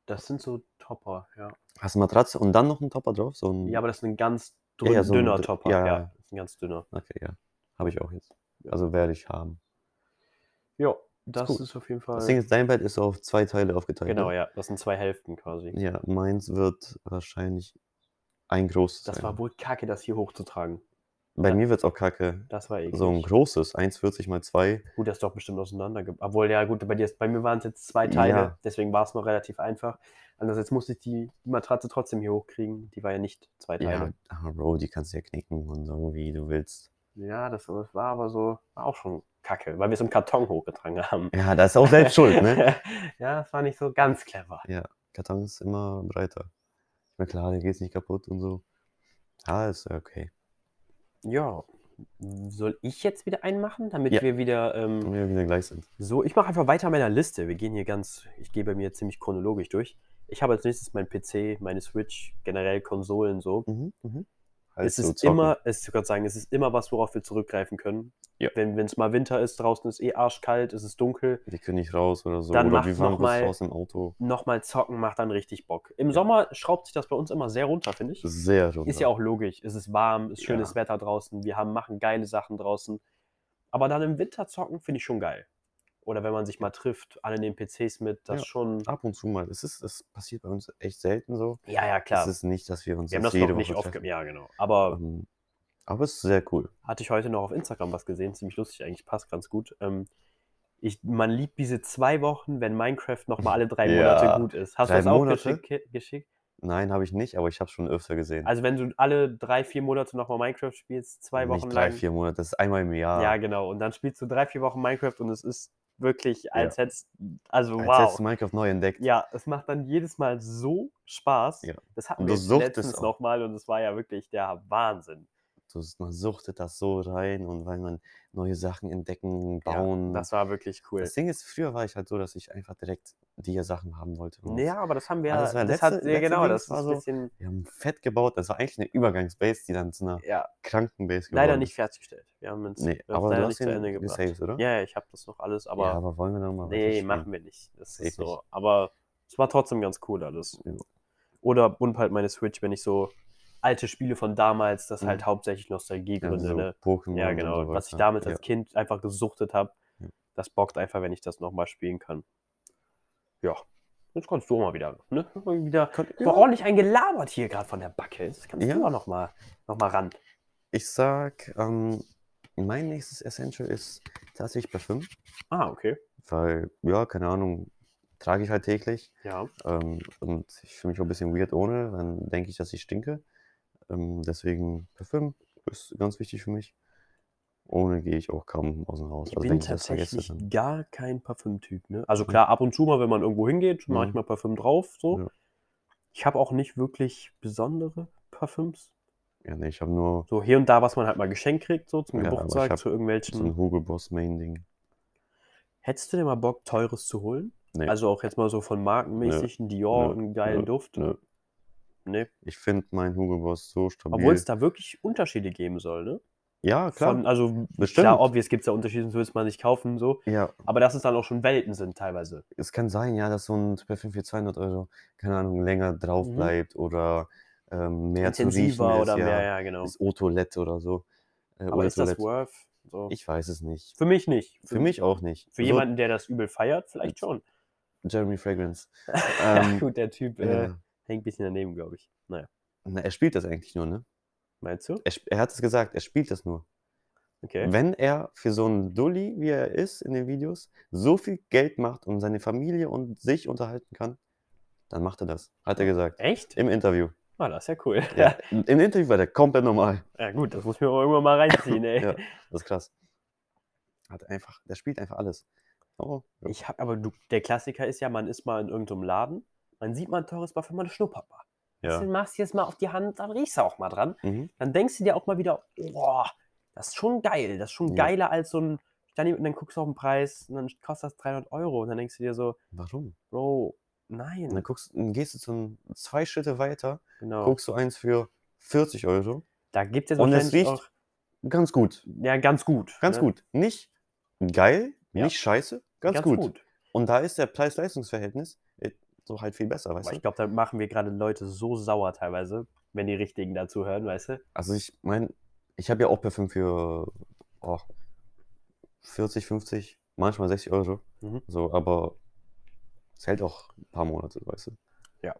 [SPEAKER 1] Das sind so Topper, ja.
[SPEAKER 2] Hast du eine Matratze und dann noch einen Topper drauf? So ein,
[SPEAKER 1] Ja, aber das ist ein ganz
[SPEAKER 2] Ja,
[SPEAKER 1] dünn,
[SPEAKER 2] ja, so ein
[SPEAKER 1] dünner
[SPEAKER 2] dr-
[SPEAKER 1] Topper. Ja,
[SPEAKER 2] ja,
[SPEAKER 1] ja.
[SPEAKER 2] ja.
[SPEAKER 1] Das ist ein ganz dünner.
[SPEAKER 2] Okay, ja. Habe ich auch jetzt. Also werde ich haben.
[SPEAKER 1] Ja, das ist,
[SPEAKER 2] gut.
[SPEAKER 1] auf jeden Fall.
[SPEAKER 2] Das Ding ist, dein Bett ist auf zwei Teile aufgeteilt.
[SPEAKER 1] genau,
[SPEAKER 2] ne?
[SPEAKER 1] ja. Das sind zwei Hälften quasi.
[SPEAKER 2] Ja, meins wird wahrscheinlich ein großes
[SPEAKER 1] Das
[SPEAKER 2] sein.
[SPEAKER 1] war wohl kacke, das hier hochzutragen.
[SPEAKER 2] Bei mir wird es auch kacke.
[SPEAKER 1] Das war eklig.
[SPEAKER 2] So ein großes, 1,40 mal 2.
[SPEAKER 1] gut, das ist doch bestimmt auseinandergebracht. Obwohl, ja gut, bei, dir, ist- bei mir waren es jetzt zwei Teile,
[SPEAKER 2] Ja.
[SPEAKER 1] deswegen war es noch relativ einfach. Andererseits musste ich die Matratze trotzdem hier hochkriegen. Die war Genau, ja nicht zwei
[SPEAKER 2] Ja,
[SPEAKER 1] Teile.
[SPEAKER 2] aber Bro, die kannst du ja knicken und so, wie du willst.
[SPEAKER 1] Ja, das, das war aber so, war auch schon kacke, weil wir es im Karton hochgetragen haben.
[SPEAKER 2] Ja, das ist auch selbst schuld, ne?
[SPEAKER 1] ja, das war nicht so ganz clever.
[SPEAKER 2] Karton ist immer breiter. Na klar, der geht's nicht kaputt und so. Ah, ist ja okay.
[SPEAKER 1] Ja. Soll ich jetzt wieder einen machen, damit
[SPEAKER 2] Ja.
[SPEAKER 1] wir wieder. Ähm,
[SPEAKER 2] Wenn wir wieder gleich sind.
[SPEAKER 1] so, ich mache einfach weiter meiner Liste. Wir gehen hier ganz. Ich gehe bei mir ziemlich chronologisch durch. Ich habe als nächstes mein PC, meine Switch, generell Konsolen so.
[SPEAKER 2] Mhm, mhm.
[SPEAKER 1] Es
[SPEAKER 2] so
[SPEAKER 1] ist
[SPEAKER 2] zocken.
[SPEAKER 1] immer, es, ich wollte sagen, es ist immer was, worauf wir zurückgreifen können.
[SPEAKER 2] Ja.
[SPEAKER 1] Wenn es mal Winter ist, draußen ist eh arschkalt, es ist dunkel,
[SPEAKER 2] Wir können nicht raus oder so.
[SPEAKER 1] Dann
[SPEAKER 2] oder
[SPEAKER 1] macht
[SPEAKER 2] wir waren
[SPEAKER 1] noch
[SPEAKER 2] kurz
[SPEAKER 1] mal-
[SPEAKER 2] raus im Auto.
[SPEAKER 1] nochmal zocken macht dann richtig Bock. Im Sommer schraubt sich das bei uns immer sehr runter, finde ich.
[SPEAKER 2] Sehr runter.
[SPEAKER 1] Ist ja auch logisch. Es ist warm, ist schönes
[SPEAKER 2] Ja.
[SPEAKER 1] Wetter draußen, wir haben, machen geile Sachen draußen. Aber dann im Winter zocken finde ich schon geil. Oder wenn man sich mal trifft, alle nehmen PCs mit, das
[SPEAKER 2] Ja. Ah,
[SPEAKER 1] schon.
[SPEAKER 2] ab und zu mal. Es ist, es passiert bei uns echt selten so.
[SPEAKER 1] Ja, ja, klar.
[SPEAKER 2] Es ist nicht, dass wir uns
[SPEAKER 1] wir haben
[SPEAKER 2] jetzt
[SPEAKER 1] das
[SPEAKER 2] jede
[SPEAKER 1] noch nicht
[SPEAKER 2] Woche
[SPEAKER 1] oft. ge-
[SPEAKER 2] treffen.
[SPEAKER 1] Ja, genau. Aber
[SPEAKER 2] Ähm, aber es ist sehr cool.
[SPEAKER 1] hatte ich heute noch auf Instagram was gesehen, ziemlich lustig eigentlich, passt ganz gut. Ähm, ich, man liebt diese zwei Wochen, wenn Minecraft nochmal alle drei
[SPEAKER 2] Ja.
[SPEAKER 1] Monate gut ist. Hast du
[SPEAKER 2] Drei
[SPEAKER 1] das auch
[SPEAKER 2] Monate?
[SPEAKER 1] geschickt, geschickt?
[SPEAKER 2] Nein, habe ich nicht, aber ich habe es schon öfter gesehen.
[SPEAKER 1] Also wenn du alle drei, vier Monate nochmal Minecraft spielst, zwei Wochen
[SPEAKER 2] nicht drei,
[SPEAKER 1] lang.
[SPEAKER 2] vier Monate. Das ist einmal im Jahr.
[SPEAKER 1] Ja, genau. Und dann spielst du drei, vier Wochen Minecraft und es ist wirklich, als hättest also
[SPEAKER 2] Als hättest
[SPEAKER 1] wow.
[SPEAKER 2] du Minecraft neu entdeckt.
[SPEAKER 1] Ja, es macht dann jedes Mal so Spaß.
[SPEAKER 2] Ja.
[SPEAKER 1] Das hatten
[SPEAKER 2] Und
[SPEAKER 1] wir
[SPEAKER 2] du
[SPEAKER 1] jetzt
[SPEAKER 2] suchtest
[SPEAKER 1] letztens
[SPEAKER 2] auch.
[SPEAKER 1] nochmal und es war ja wirklich der Wahnsinn.
[SPEAKER 2] So ist- man suchtet das so rein und weil man neue Sachen entdecken,
[SPEAKER 1] Ja,
[SPEAKER 2] bauen.
[SPEAKER 1] das war wirklich cool.
[SPEAKER 2] Das Ding ist, früher war ich halt so, dass ich einfach direkt die Sachen haben wollte. und
[SPEAKER 1] Ja, aber das haben wir.
[SPEAKER 2] Ah, das war
[SPEAKER 1] das
[SPEAKER 2] letzte-
[SPEAKER 1] hat, ja,
[SPEAKER 2] letzte
[SPEAKER 1] genau,
[SPEAKER 2] Dings
[SPEAKER 1] das
[SPEAKER 2] war
[SPEAKER 1] ist ein
[SPEAKER 2] so-
[SPEAKER 1] bisschen.
[SPEAKER 2] Wir haben fett gebaut. Das war eigentlich eine Übergangsbase, die dann zu einer
[SPEAKER 1] Ja,
[SPEAKER 2] Krankenbase geworden
[SPEAKER 1] leider
[SPEAKER 2] ist.
[SPEAKER 1] nicht fertiggestellt. Wir haben uns
[SPEAKER 2] Ah, Nee,
[SPEAKER 1] wir haben es
[SPEAKER 2] aber
[SPEAKER 1] leider
[SPEAKER 2] du
[SPEAKER 1] nicht
[SPEAKER 2] hast
[SPEAKER 1] zu Ende
[SPEAKER 2] ihn
[SPEAKER 1] gebracht.
[SPEAKER 2] gesaved, oder?
[SPEAKER 1] Ja, ja, ich habe das noch alles, aber.
[SPEAKER 2] ja, aber wollen wir dann mal
[SPEAKER 1] nee, machen wir nicht. Das
[SPEAKER 2] Safe
[SPEAKER 1] ist so.
[SPEAKER 2] nicht.
[SPEAKER 1] Aber es war trotzdem ganz cool alles.
[SPEAKER 2] Ja.
[SPEAKER 1] Oder und halt meine Switch, wenn ich so alte Spiele von damals, das
[SPEAKER 2] Mhm.
[SPEAKER 1] halt hauptsächlich
[SPEAKER 2] Ja,
[SPEAKER 1] Nostalgiegründe,
[SPEAKER 2] so
[SPEAKER 1] ne?
[SPEAKER 2] Pokémon
[SPEAKER 1] Ja,
[SPEAKER 2] und
[SPEAKER 1] genau.
[SPEAKER 2] sowas,
[SPEAKER 1] was ich
[SPEAKER 2] ne?
[SPEAKER 1] damals
[SPEAKER 2] ja.
[SPEAKER 1] als Kind einfach gesuchtet habe,
[SPEAKER 2] Ja.
[SPEAKER 1] das bockt einfach, wenn ich das nochmal spielen kann. Ja. Jetzt kannst du auch mal wieder, ne? Mal Wieder
[SPEAKER 2] ja.
[SPEAKER 1] war ordentlich eingelabert hier gerade von der Backe. Das kannst
[SPEAKER 2] Ja.
[SPEAKER 1] du auch nochmal noch mal ran.
[SPEAKER 2] Ich sag, ähm, mein nächstes Essential ist tatsächlich Parfüm,
[SPEAKER 1] Ah, okay.
[SPEAKER 2] weil, ja, keine Ahnung, trage ich halt täglich
[SPEAKER 1] Ja.
[SPEAKER 2] ähm, und ich fühle mich auch ein bisschen weird ohne, dann denke ich, dass ich stinke. Ähm, deswegen Parfüm ist ganz wichtig für mich. Ohne gehe ich auch kaum aus dem Haus.
[SPEAKER 1] Ich
[SPEAKER 2] Also
[SPEAKER 1] bin
[SPEAKER 2] wenn ich das vergesse,
[SPEAKER 1] tatsächlich
[SPEAKER 2] dann
[SPEAKER 1] gar kein Parfümtyp. Ne? Also klar, ab und zu mal, wenn man irgendwo hingeht, mache ich
[SPEAKER 2] Mhm.
[SPEAKER 1] mal Parfüm drauf. So.
[SPEAKER 2] Ja.
[SPEAKER 1] Ich habe auch nicht wirklich besondere Parfüms.
[SPEAKER 2] ja, nee, ich habe nur
[SPEAKER 1] So hier und da, was man halt mal geschenkt kriegt, so zum
[SPEAKER 2] Ja, aber ich
[SPEAKER 1] Geburtstag,
[SPEAKER 2] hab
[SPEAKER 1] zu
[SPEAKER 2] so
[SPEAKER 1] irgendwelchen.
[SPEAKER 2] ein Hugo Boss Main Ding.
[SPEAKER 1] Hättest du denn mal Bock, teures zu holen?
[SPEAKER 2] Nee.
[SPEAKER 1] Also auch jetzt mal so von markenmäßig ein Dior,
[SPEAKER 2] Nö.
[SPEAKER 1] einen geilen
[SPEAKER 2] Nö.
[SPEAKER 1] Duft.
[SPEAKER 2] Nö.
[SPEAKER 1] Nee.
[SPEAKER 2] Ich finde meinen Hugo Boss so stabil.
[SPEAKER 1] Obwohl es da wirklich Unterschiede geben soll, ne?
[SPEAKER 2] ja, klar.
[SPEAKER 1] Von, also
[SPEAKER 2] Bestimmt.
[SPEAKER 1] klar, obvious gibt es ja Unterschiede, sonst würde es man nicht kaufen, so.
[SPEAKER 2] ja,
[SPEAKER 1] Aber dass es dann auch schon Welten sind teilweise.
[SPEAKER 2] es kann sein, ja, dass so ein Parfüm für 200 Euro, keine Ahnung, länger drauf
[SPEAKER 1] Mhm.
[SPEAKER 2] bleibt oder ähm, mehr zu
[SPEAKER 1] Intensiver
[SPEAKER 2] riechen
[SPEAKER 1] oder
[SPEAKER 2] ist, ja,
[SPEAKER 1] mehr, ja, genau.
[SPEAKER 2] ist O-Toilette oder so. Äh,
[SPEAKER 1] Aber ist das
[SPEAKER 2] Eau-Toilette.
[SPEAKER 1] worth? So.
[SPEAKER 2] Ich weiß es nicht.
[SPEAKER 1] Für mich nicht.
[SPEAKER 2] Für mich auch Also nicht.
[SPEAKER 1] Für
[SPEAKER 2] So,
[SPEAKER 1] jemanden, der das übel feiert, vielleicht schon.
[SPEAKER 2] Jeremy Fragrance. ähm,
[SPEAKER 1] Gut, der Typ äh,
[SPEAKER 2] ja.
[SPEAKER 1] hängt ein bisschen daneben, glaube ich. Naja,
[SPEAKER 2] Na, er spielt das eigentlich nur, ne?
[SPEAKER 1] meinst du?
[SPEAKER 2] Er, sp- er hat es gesagt, er spielt das nur.
[SPEAKER 1] Okay.
[SPEAKER 2] Wenn er für so einen Dulli, wie er ist in den Videos, so viel Geld macht und seine Familie und sich unterhalten kann, dann macht er das. Hat er gesagt.
[SPEAKER 1] Echt?
[SPEAKER 2] Im Interview.
[SPEAKER 1] Ah, das ist ja cool.
[SPEAKER 2] Ja. Im Interview war der komplett normal.
[SPEAKER 1] ja, gut, das muss ich mir auch irgendwann mal reinziehen, ey.
[SPEAKER 2] Ja, das ist krass. Hat einfach, der spielt einfach alles. Oh, ja.
[SPEAKER 1] Ich hab, aber du, der Klassiker ist ja, man ist mal in irgendeinem Laden, man sieht mal ein teures Parfüm, man schnuppert mal. Dann machst du jetzt mal auf die Hand, dann riechst du auch mal dran.
[SPEAKER 2] Mhm.
[SPEAKER 1] Dann denkst du dir auch mal wieder, oh, das ist schon geil, das ist schon
[SPEAKER 2] Ja.
[SPEAKER 1] geiler als so ein. Dann, und dann guckst du auf den Preis und dann kostet das 300 Euro und dann denkst du dir so,
[SPEAKER 2] Warum?
[SPEAKER 1] Bro, nein.
[SPEAKER 2] Und dann, guckst, dann gehst du zum zwei Schritte weiter,
[SPEAKER 1] genau.
[SPEAKER 2] Ne, guckst du eins für 40 Euro.
[SPEAKER 1] Da gibt es jetzt
[SPEAKER 2] Und es
[SPEAKER 1] wahrscheinlich
[SPEAKER 2] riecht
[SPEAKER 1] auch.
[SPEAKER 2] Ganz gut.
[SPEAKER 1] Ja, ganz gut.
[SPEAKER 2] Ganz
[SPEAKER 1] ne?
[SPEAKER 2] gut. Nicht geil,
[SPEAKER 1] Ja.
[SPEAKER 2] nicht scheiße, ganz, gut. Und da ist der Preis-Leistungs-Verhältnis äh, so halt viel besser, weißt
[SPEAKER 1] Aber ich
[SPEAKER 2] du?
[SPEAKER 1] glaube, da machen wir gerade Leute so sauer teilweise, wenn die Richtigen dazu hören, weißt du?
[SPEAKER 2] Also ich meine, ich habe ja auch Parfüm für oh, 40, 50, manchmal 60 Euro.
[SPEAKER 1] Mhm.
[SPEAKER 2] So, aber es hält auch ein paar Monate, weißt du?
[SPEAKER 1] Ja.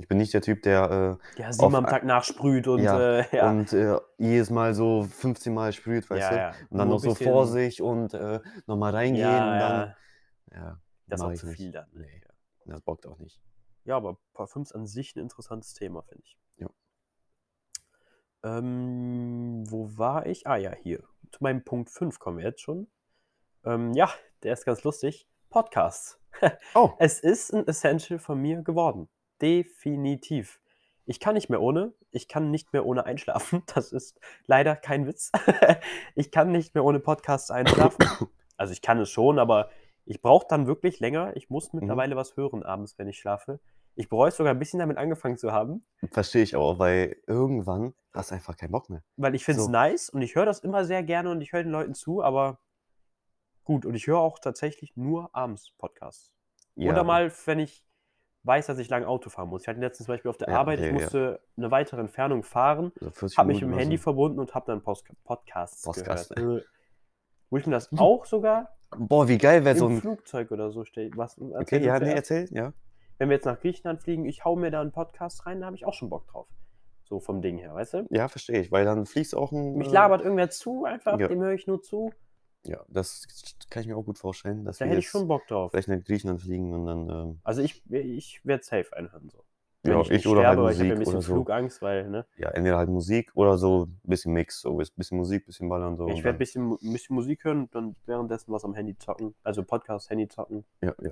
[SPEAKER 2] Ich bin nicht der Typ, der
[SPEAKER 1] Ja, siebenmal am
[SPEAKER 2] ein-
[SPEAKER 1] Tag nachsprüht und
[SPEAKER 2] Ja,
[SPEAKER 1] äh,
[SPEAKER 2] äh,
[SPEAKER 1] ja.
[SPEAKER 2] und äh, jedes Mal so 15 Mal sprüht, weißt
[SPEAKER 1] ja,
[SPEAKER 2] du?
[SPEAKER 1] ja.
[SPEAKER 2] Und dann
[SPEAKER 1] Nur
[SPEAKER 2] noch so
[SPEAKER 1] bisschen-
[SPEAKER 2] vor sich und äh, nochmal reingehen
[SPEAKER 1] Ja,
[SPEAKER 2] und
[SPEAKER 1] ja.
[SPEAKER 2] dann. Ja,
[SPEAKER 1] Das ist
[SPEAKER 2] mach
[SPEAKER 1] auch
[SPEAKER 2] ich
[SPEAKER 1] zu
[SPEAKER 2] nicht.
[SPEAKER 1] viel dann. ne?
[SPEAKER 2] Nee, das bockt auch nicht.
[SPEAKER 1] Ja, aber Parfüms an sich ein interessantes Thema, finde ich.
[SPEAKER 2] Ja.
[SPEAKER 1] Ähm, wo war ich? Ah ja, hier. Zu meinem Punkt 5 kommen wir jetzt schon. Ähm, ja, der ist ganz lustig. Podcasts.
[SPEAKER 2] Oh,
[SPEAKER 1] Es ist ein Essential von mir geworden. Definitiv. Ich kann nicht mehr ohne. Ich kann nicht mehr ohne einschlafen. Das ist leider kein Witz. ich kann nicht mehr ohne Podcasts einschlafen. Also ich kann es schon, aber ich brauche dann wirklich länger. Ich muss mittlerweile was hören abends, wenn ich schlafe. Ich bereue es sogar ein bisschen damit angefangen zu haben,
[SPEAKER 2] Äh, Verstehe ich auch, weil irgendwann hast du einfach keinen Bock mehr.
[SPEAKER 1] weil ich finde es
[SPEAKER 2] So.
[SPEAKER 1] nice und ich höre das immer sehr gerne und ich höre den Leuten zu, aber gut. Und ich höre auch tatsächlich nur abends Podcasts. Oder mal, wenn ich weiß, dass ich lange Auto fahren muss. Ich hatte letztens zum Beispiel auf der
[SPEAKER 2] Ja,
[SPEAKER 1] Arbeit, ich
[SPEAKER 2] ja, ja.
[SPEAKER 1] musste eine weitere Entfernung fahren,
[SPEAKER 2] so 40
[SPEAKER 1] habe mich
[SPEAKER 2] Minuten
[SPEAKER 1] mit dem
[SPEAKER 2] oder
[SPEAKER 1] Handy
[SPEAKER 2] so.
[SPEAKER 1] verbunden und habe dann Post Podcasts
[SPEAKER 2] Podcast.
[SPEAKER 1] gehört. Äh, Wo ich mir das auch sogar
[SPEAKER 2] Boah, wie geil wäre so
[SPEAKER 1] im
[SPEAKER 2] ein.
[SPEAKER 1] Flugzeug oder so stelle. Was, erzähl
[SPEAKER 2] Okay,
[SPEAKER 1] du
[SPEAKER 2] ja, nee,
[SPEAKER 1] zuerst.
[SPEAKER 2] erzähl, ja.
[SPEAKER 1] Wenn wir jetzt nach Griechenland fliegen, ich hau mir da einen Podcast rein, da habe ich auch schon Bock drauf. So vom Ding her, weißt du?
[SPEAKER 2] Ja, verstehe ich, weil dann fließt auch ein.
[SPEAKER 1] Mich
[SPEAKER 2] äh,
[SPEAKER 1] labert irgendwer zu, einfach,
[SPEAKER 2] Ja.
[SPEAKER 1] dem höre ich nur zu.
[SPEAKER 2] Ja, das kann ich mir auch gut vorstellen. Dass
[SPEAKER 1] Da
[SPEAKER 2] wir
[SPEAKER 1] hätte ich
[SPEAKER 2] jetzt
[SPEAKER 1] schon Bock drauf.
[SPEAKER 2] Vielleicht nach Griechenland fliegen und dann. Ähm,
[SPEAKER 1] Also ich, ich werde safe einhören. So.
[SPEAKER 2] ja, ich,
[SPEAKER 1] nicht
[SPEAKER 2] oder halt
[SPEAKER 1] aber ich habe ja ein
[SPEAKER 2] Musik
[SPEAKER 1] bisschen
[SPEAKER 2] oder so.
[SPEAKER 1] Flugangst, weil, ne?
[SPEAKER 2] Ja, entweder halt Musik oder so ein bisschen Mix. So ein bisschen Musik, ein bisschen Ballern so.
[SPEAKER 1] ich
[SPEAKER 2] und
[SPEAKER 1] werde ein
[SPEAKER 2] dann-
[SPEAKER 1] bisschen, ein bisschen Musik hören und dann währenddessen was am Handy zocken. Also Podcast, Handy zocken.
[SPEAKER 2] Ja, ja.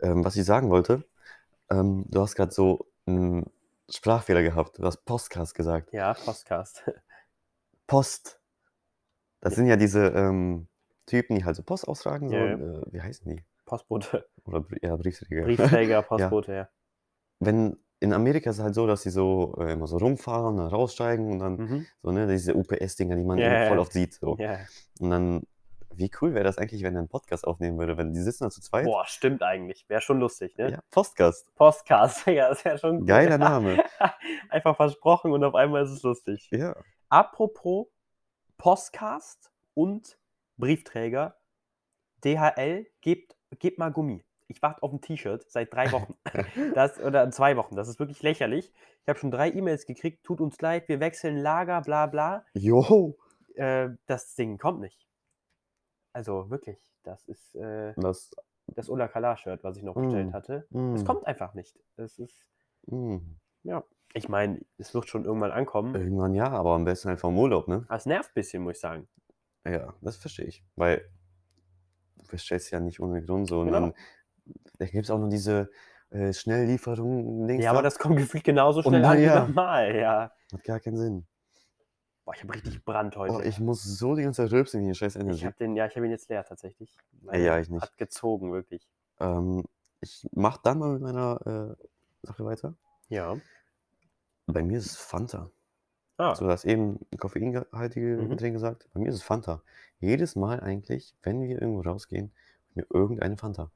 [SPEAKER 2] Ähm, was ich sagen wollte, ähm, du hast gerade so einen Sprachfehler gehabt. Du hast Postcast gesagt.
[SPEAKER 1] Ja, Podcast.
[SPEAKER 2] Post. Das sind ja diese ähm, Typen, die halt so Post austragen. So,
[SPEAKER 1] Ja, ja.
[SPEAKER 2] äh, wie heißen die?
[SPEAKER 1] Postbote.
[SPEAKER 2] Oder Brie- ja, Briefträger.
[SPEAKER 1] Briefträger, Postbote, ja.
[SPEAKER 2] Wenn in Amerika ist es halt so, dass die so äh, immer so rumfahren und dann raussteigen und dann
[SPEAKER 1] Mhm.
[SPEAKER 2] so, ne, diese UPS-Dinger, die man
[SPEAKER 1] Ja,
[SPEAKER 2] eben
[SPEAKER 1] ja,
[SPEAKER 2] voll
[SPEAKER 1] ja.
[SPEAKER 2] oft sieht. So.
[SPEAKER 1] ja.
[SPEAKER 2] Und dann, wie cool wäre das eigentlich, wenn er einen Podcast aufnehmen würde, wenn die sitzen da zu zweit?
[SPEAKER 1] Boah, stimmt eigentlich. Wäre schon lustig, ne?
[SPEAKER 2] Ja, Postcast.
[SPEAKER 1] Podcast, ja, das wäre schon cool.
[SPEAKER 2] Geiler Name.
[SPEAKER 1] Einfach versprochen und auf einmal ist es lustig.
[SPEAKER 2] ja.
[SPEAKER 1] Apropos Postcast und Briefträger. DHL, gebt, gebt mal Gummi. Ich warte auf ein T-Shirt seit drei Wochen. Das, oder zwei Wochen. Das ist wirklich lächerlich. Ich habe schon drei E-Mails gekriegt. Tut uns leid, wir wechseln Lager, bla bla.
[SPEAKER 2] Jo.
[SPEAKER 1] Äh, das Ding kommt nicht. Also wirklich, das ist äh,
[SPEAKER 2] Das,
[SPEAKER 1] das Ulla Kalar-Shirt, was ich noch bestellt
[SPEAKER 2] Mm.
[SPEAKER 1] hatte. Es
[SPEAKER 2] mm,
[SPEAKER 1] kommt einfach nicht. Es ist,
[SPEAKER 2] mm.
[SPEAKER 1] ich meine, es wird schon irgendwann ankommen.
[SPEAKER 2] Irgendwann ja, aber am besten halt vom Urlaub, ne?
[SPEAKER 1] Aber es nervt ein bisschen, muss ich sagen.
[SPEAKER 2] Ja, das verstehe ich. Weil du bestellst ja nicht ohne Grund so. Und
[SPEAKER 1] Genau.
[SPEAKER 2] dann da gibt es auch noch diese äh, Schnelllieferungen-Dings.
[SPEAKER 1] Ja, aber das kommt gefühlt genauso
[SPEAKER 2] Und
[SPEAKER 1] schnell
[SPEAKER 2] na
[SPEAKER 1] an wie
[SPEAKER 2] ja.
[SPEAKER 1] normal, ja.
[SPEAKER 2] hat gar keinen Sinn.
[SPEAKER 1] Boah, ich habe richtig Brand heute.
[SPEAKER 2] Oh, ich muss so die ganze Zeit rülpsen wie eine scheiß
[SPEAKER 1] ich
[SPEAKER 2] Energy.
[SPEAKER 1] habe den, ja, ich habe ihn jetzt leer tatsächlich.
[SPEAKER 2] Ah, ja, ich nicht.
[SPEAKER 1] Hat gezogen, wirklich.
[SPEAKER 2] Ähm, ich mach dann mal mit meiner äh, Sache weiter.
[SPEAKER 1] Ja.
[SPEAKER 2] Bei mir ist es Fanta.
[SPEAKER 1] Ah,
[SPEAKER 2] So, du hast eben koffeinhaltige
[SPEAKER 1] Mhm.
[SPEAKER 2] Getränke gesagt. Bei mir ist es Fanta. Jedes Mal eigentlich, wenn wir irgendwo rausgehen, mir irgendeine Fanta.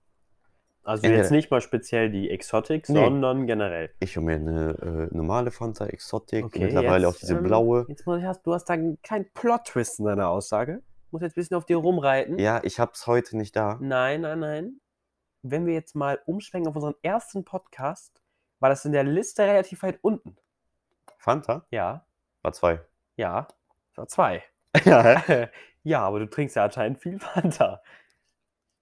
[SPEAKER 1] also
[SPEAKER 2] entweder-
[SPEAKER 1] jetzt nicht mal speziell die Exotik,
[SPEAKER 2] Nee.
[SPEAKER 1] sondern generell.
[SPEAKER 2] Ich hole mir eine äh, normale Fanta, Exotic,
[SPEAKER 1] Okay,
[SPEAKER 2] mittlerweile
[SPEAKER 1] jetzt,
[SPEAKER 2] auch diese
[SPEAKER 1] ähm,
[SPEAKER 2] blaue.
[SPEAKER 1] Jetzt muss ich, hast, du hast da keinen Plot-Twist in deiner Aussage. Muss jetzt ein bisschen auf dir rumreiten.
[SPEAKER 2] Ja, ich hab's heute nicht da.
[SPEAKER 1] Nein, nein, nein. Wenn wir jetzt mal umschwenken auf unseren ersten Podcast, war das in der Liste relativ weit unten.
[SPEAKER 2] Fanta?
[SPEAKER 1] Ja,
[SPEAKER 2] War zwei.
[SPEAKER 1] ja. Das war zwei.
[SPEAKER 2] ja, hä?
[SPEAKER 1] ja, aber du trinkst ja anscheinend viel Fanta.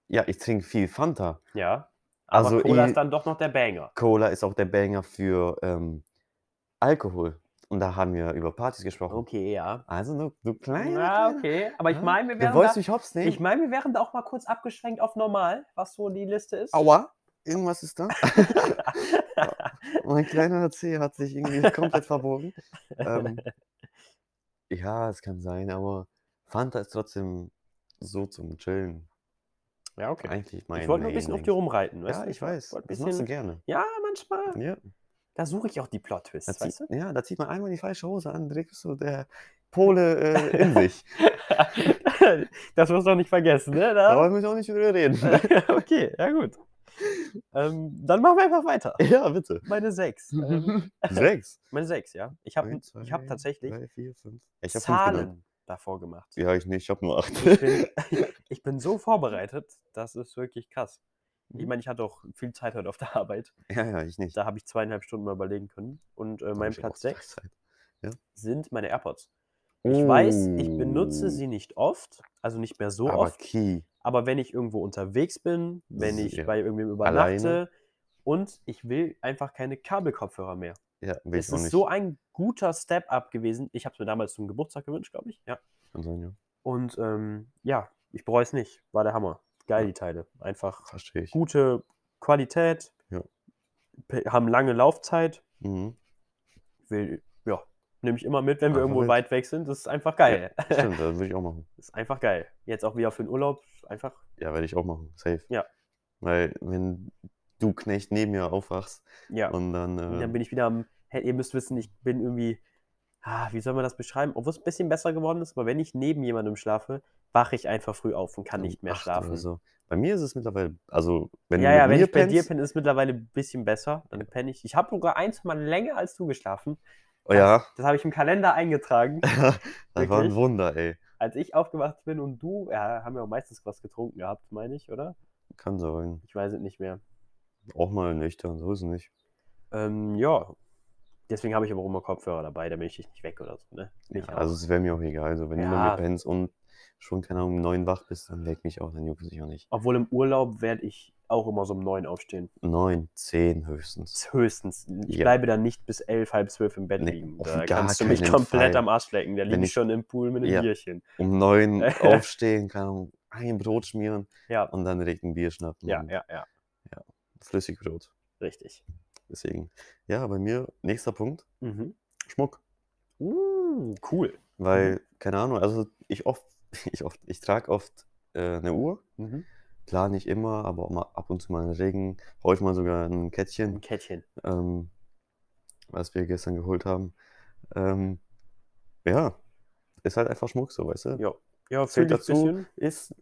[SPEAKER 2] ja, ich trinke viel Fanta.
[SPEAKER 1] Ja. Aber
[SPEAKER 2] Also
[SPEAKER 1] Cola
[SPEAKER 2] ich-
[SPEAKER 1] ist dann doch noch der Banger.
[SPEAKER 2] Cola ist auch der Banger für ähm, Alkohol. Und da haben wir über Partys gesprochen.
[SPEAKER 1] Okay, ja.
[SPEAKER 2] Also, du, du kleiner.
[SPEAKER 1] Ja, okay. Aber ich
[SPEAKER 2] Ja,
[SPEAKER 1] meine, wir
[SPEAKER 2] ne? Du
[SPEAKER 1] wären da,
[SPEAKER 2] wolltest mich hops nehmen?
[SPEAKER 1] ich mein, wir wären da auch mal kurz abgeschwenkt auf normal, was so die Liste ist.
[SPEAKER 2] Aua, irgendwas ist da. mein kleiner C hat sich irgendwie komplett verbogen. Ähm, ja, es kann sein, aber Fanta ist trotzdem so zum Chillen.
[SPEAKER 1] ja, okay.
[SPEAKER 2] Eigentlich mein
[SPEAKER 1] ich wollte nur ein bisschen auf dir
[SPEAKER 2] Main-Ding.
[SPEAKER 1] rumreiten, weißt
[SPEAKER 2] Ja,
[SPEAKER 1] du?
[SPEAKER 2] ich weiß.
[SPEAKER 1] wollte ein
[SPEAKER 2] Das machst du
[SPEAKER 1] bisschen,
[SPEAKER 2] gerne.
[SPEAKER 1] ja, manchmal.
[SPEAKER 2] Ja,
[SPEAKER 1] Da suche ich auch die Plot-Twists,
[SPEAKER 2] da
[SPEAKER 1] weißt
[SPEAKER 2] zieht,
[SPEAKER 1] du?
[SPEAKER 2] ja, da zieht man einmal die falsche Hose an, direkt bist du der Pole äh, in sich.
[SPEAKER 1] das musst du auch nicht vergessen, ne?
[SPEAKER 2] Da
[SPEAKER 1] Da-
[SPEAKER 2] wollen wir auch nicht drüber reden.
[SPEAKER 1] okay, ja gut. Ähm, dann machen wir einfach weiter.
[SPEAKER 2] ja, bitte.
[SPEAKER 1] Meine sechs. Ähm,
[SPEAKER 2] Sechs.
[SPEAKER 1] meine sechs, ja. Ich habe
[SPEAKER 2] Eins,
[SPEAKER 1] ich hab
[SPEAKER 2] zwei,
[SPEAKER 1] tatsächlich
[SPEAKER 2] Drei, vier, fünf. Ja, ich hab fünf
[SPEAKER 1] Zahlen
[SPEAKER 2] genannt.
[SPEAKER 1] davor gemacht.
[SPEAKER 2] Ja, ich nicht, ich hab nur acht.
[SPEAKER 1] Ich bin, ich bin so vorbereitet, das ist wirklich krass. Ich
[SPEAKER 2] Mhm.
[SPEAKER 1] meine, ich hatte auch viel Zeit heute auf der Arbeit.
[SPEAKER 2] Ja, ja, ich nicht.
[SPEAKER 1] Da habe ich zweieinhalb Stunden mal überlegen können. Und äh,
[SPEAKER 2] Da
[SPEAKER 1] mein
[SPEAKER 2] hab ich auch
[SPEAKER 1] Platz
[SPEAKER 2] zwei
[SPEAKER 1] 6
[SPEAKER 2] Zeit.
[SPEAKER 1] sind meine AirPods. Ich weiß, ich benutze sie nicht oft, also nicht mehr so
[SPEAKER 2] Oh. aber
[SPEAKER 1] oft.
[SPEAKER 2] Key.
[SPEAKER 1] Aber wenn ich irgendwo unterwegs bin, wenn
[SPEAKER 2] S-
[SPEAKER 1] ich
[SPEAKER 2] ja.
[SPEAKER 1] bei irgendwem
[SPEAKER 2] Alleine.
[SPEAKER 1] übernachte und ich will einfach keine Kabelkopfhörer mehr.
[SPEAKER 2] Ja, will
[SPEAKER 1] es
[SPEAKER 2] ich auch
[SPEAKER 1] ist
[SPEAKER 2] nicht.
[SPEAKER 1] so ein guter Step-up gewesen. Ich habe es mir damals zum Geburtstag gewünscht, glaube ich. Ja.
[SPEAKER 2] Kann sein, ja.
[SPEAKER 1] Und ähm, ja, ich bereue es nicht. War der Hammer. Geil,
[SPEAKER 2] Ja.
[SPEAKER 1] die Teile. Einfach
[SPEAKER 2] Verstehe ich.
[SPEAKER 1] gute Qualität,
[SPEAKER 2] Ja.
[SPEAKER 1] pe- haben lange Laufzeit,
[SPEAKER 2] Mhm.
[SPEAKER 1] will, ja, nehme ich immer mit, wenn wir
[SPEAKER 2] Einfach
[SPEAKER 1] irgendwo
[SPEAKER 2] mit.
[SPEAKER 1] weit weg sind. Das ist einfach geil.
[SPEAKER 2] Stimmt, das würde ich auch machen.
[SPEAKER 1] Das ist einfach geil. Jetzt auch wieder für den Urlaub, einfach.
[SPEAKER 2] Ja, werde ich auch machen. Safe.
[SPEAKER 1] Ja.
[SPEAKER 2] Weil, wenn du Knecht neben mir aufwachst
[SPEAKER 1] Ja.
[SPEAKER 2] und dann. Äh,
[SPEAKER 1] Und dann bin ich wieder am. Hey, ihr müsst wissen, ich bin irgendwie. Ah, wie soll man das beschreiben? Obwohl es ein bisschen besser geworden ist, aber wenn ich neben jemandem schlafe, wache ich einfach früh auf und kann
[SPEAKER 2] um
[SPEAKER 1] nicht mehr
[SPEAKER 2] acht
[SPEAKER 1] schlafen.
[SPEAKER 2] Oder so. Bei mir ist es mittlerweile. Also, wenn
[SPEAKER 1] ja,
[SPEAKER 2] du
[SPEAKER 1] ja,
[SPEAKER 2] mit
[SPEAKER 1] wenn
[SPEAKER 2] mir
[SPEAKER 1] ich bei dir
[SPEAKER 2] pennst-
[SPEAKER 1] penne, ist es mittlerweile ein bisschen besser. Dann penne ich. Ich habe sogar ein, zwei Mal länger als du geschlafen.
[SPEAKER 2] Oh ja,
[SPEAKER 1] Das habe ich im Kalender eingetragen,
[SPEAKER 2] das war
[SPEAKER 1] Wirklich?
[SPEAKER 2] ein Wunder, ey.
[SPEAKER 1] als ich aufgewacht bin und du. Ja, haben wir auch meistens was getrunken gehabt, meine ich, oder?
[SPEAKER 2] Kann sein.
[SPEAKER 1] Ich weiß es nicht mehr.
[SPEAKER 2] Auch mal nüchtern, so ist es nicht.
[SPEAKER 1] Ähm, ja. Deswegen habe ich aber auch immer Kopfhörer dabei, damit ich dich nicht weg oder so, ne?
[SPEAKER 2] Ja,
[SPEAKER 1] Mich auch.
[SPEAKER 2] also es wäre mir auch egal. So, wenn du
[SPEAKER 1] Ja.
[SPEAKER 2] mal mit mir pennst und schon, keine Ahnung, um neun wach bist, dann weck mich auch, dann juckt es sich auch nicht.
[SPEAKER 1] Obwohl im Urlaub werde ich auch immer so um neun aufstehen.
[SPEAKER 2] Neun, zehn höchstens.
[SPEAKER 1] Höchstens. Ich
[SPEAKER 2] Ja.
[SPEAKER 1] bleibe dann nicht bis elf, halb zwölf im Bett
[SPEAKER 2] Nee,
[SPEAKER 1] liegen.
[SPEAKER 2] auf
[SPEAKER 1] Da
[SPEAKER 2] gar
[SPEAKER 1] kannst du mich
[SPEAKER 2] keinen
[SPEAKER 1] komplett
[SPEAKER 2] Fall.
[SPEAKER 1] am Arsch lecken. Da
[SPEAKER 2] Wenn
[SPEAKER 1] liege ich
[SPEAKER 2] ich-
[SPEAKER 1] schon im Pool mit einem
[SPEAKER 2] Ja.
[SPEAKER 1] Bierchen.
[SPEAKER 2] Um neun aufstehen, keine Ahnung, ein Brot schmieren
[SPEAKER 1] Ja,
[SPEAKER 2] und ähm, dann direkt ein Bier schnappen.
[SPEAKER 1] ja,
[SPEAKER 2] und
[SPEAKER 1] ja, ja.
[SPEAKER 2] Flüssigbrot.
[SPEAKER 1] Richtig.
[SPEAKER 2] Deswegen. Ja, bei mir, nächster Punkt,
[SPEAKER 1] Mhm.
[SPEAKER 2] Schmuck.
[SPEAKER 1] Uh, cool.
[SPEAKER 2] Weil, keine Ahnung, also ich oft, ich oft, ich trage oft äh, eine Uhr.
[SPEAKER 1] Mhm.
[SPEAKER 2] Klar, nicht immer, aber auch mal ab und zu mal einen Ring, heute mal sogar ein
[SPEAKER 1] Ein
[SPEAKER 2] Kettchen,
[SPEAKER 1] Kettchen.
[SPEAKER 2] ähm, was wir gestern geholt haben. Ähm, ja, ist halt einfach Schmuck, so, weißt du?
[SPEAKER 1] Ja. Ja,
[SPEAKER 2] Zählt
[SPEAKER 1] fühlt dazu.
[SPEAKER 2] dazu.
[SPEAKER 1] Bisschen.
[SPEAKER 2] Ist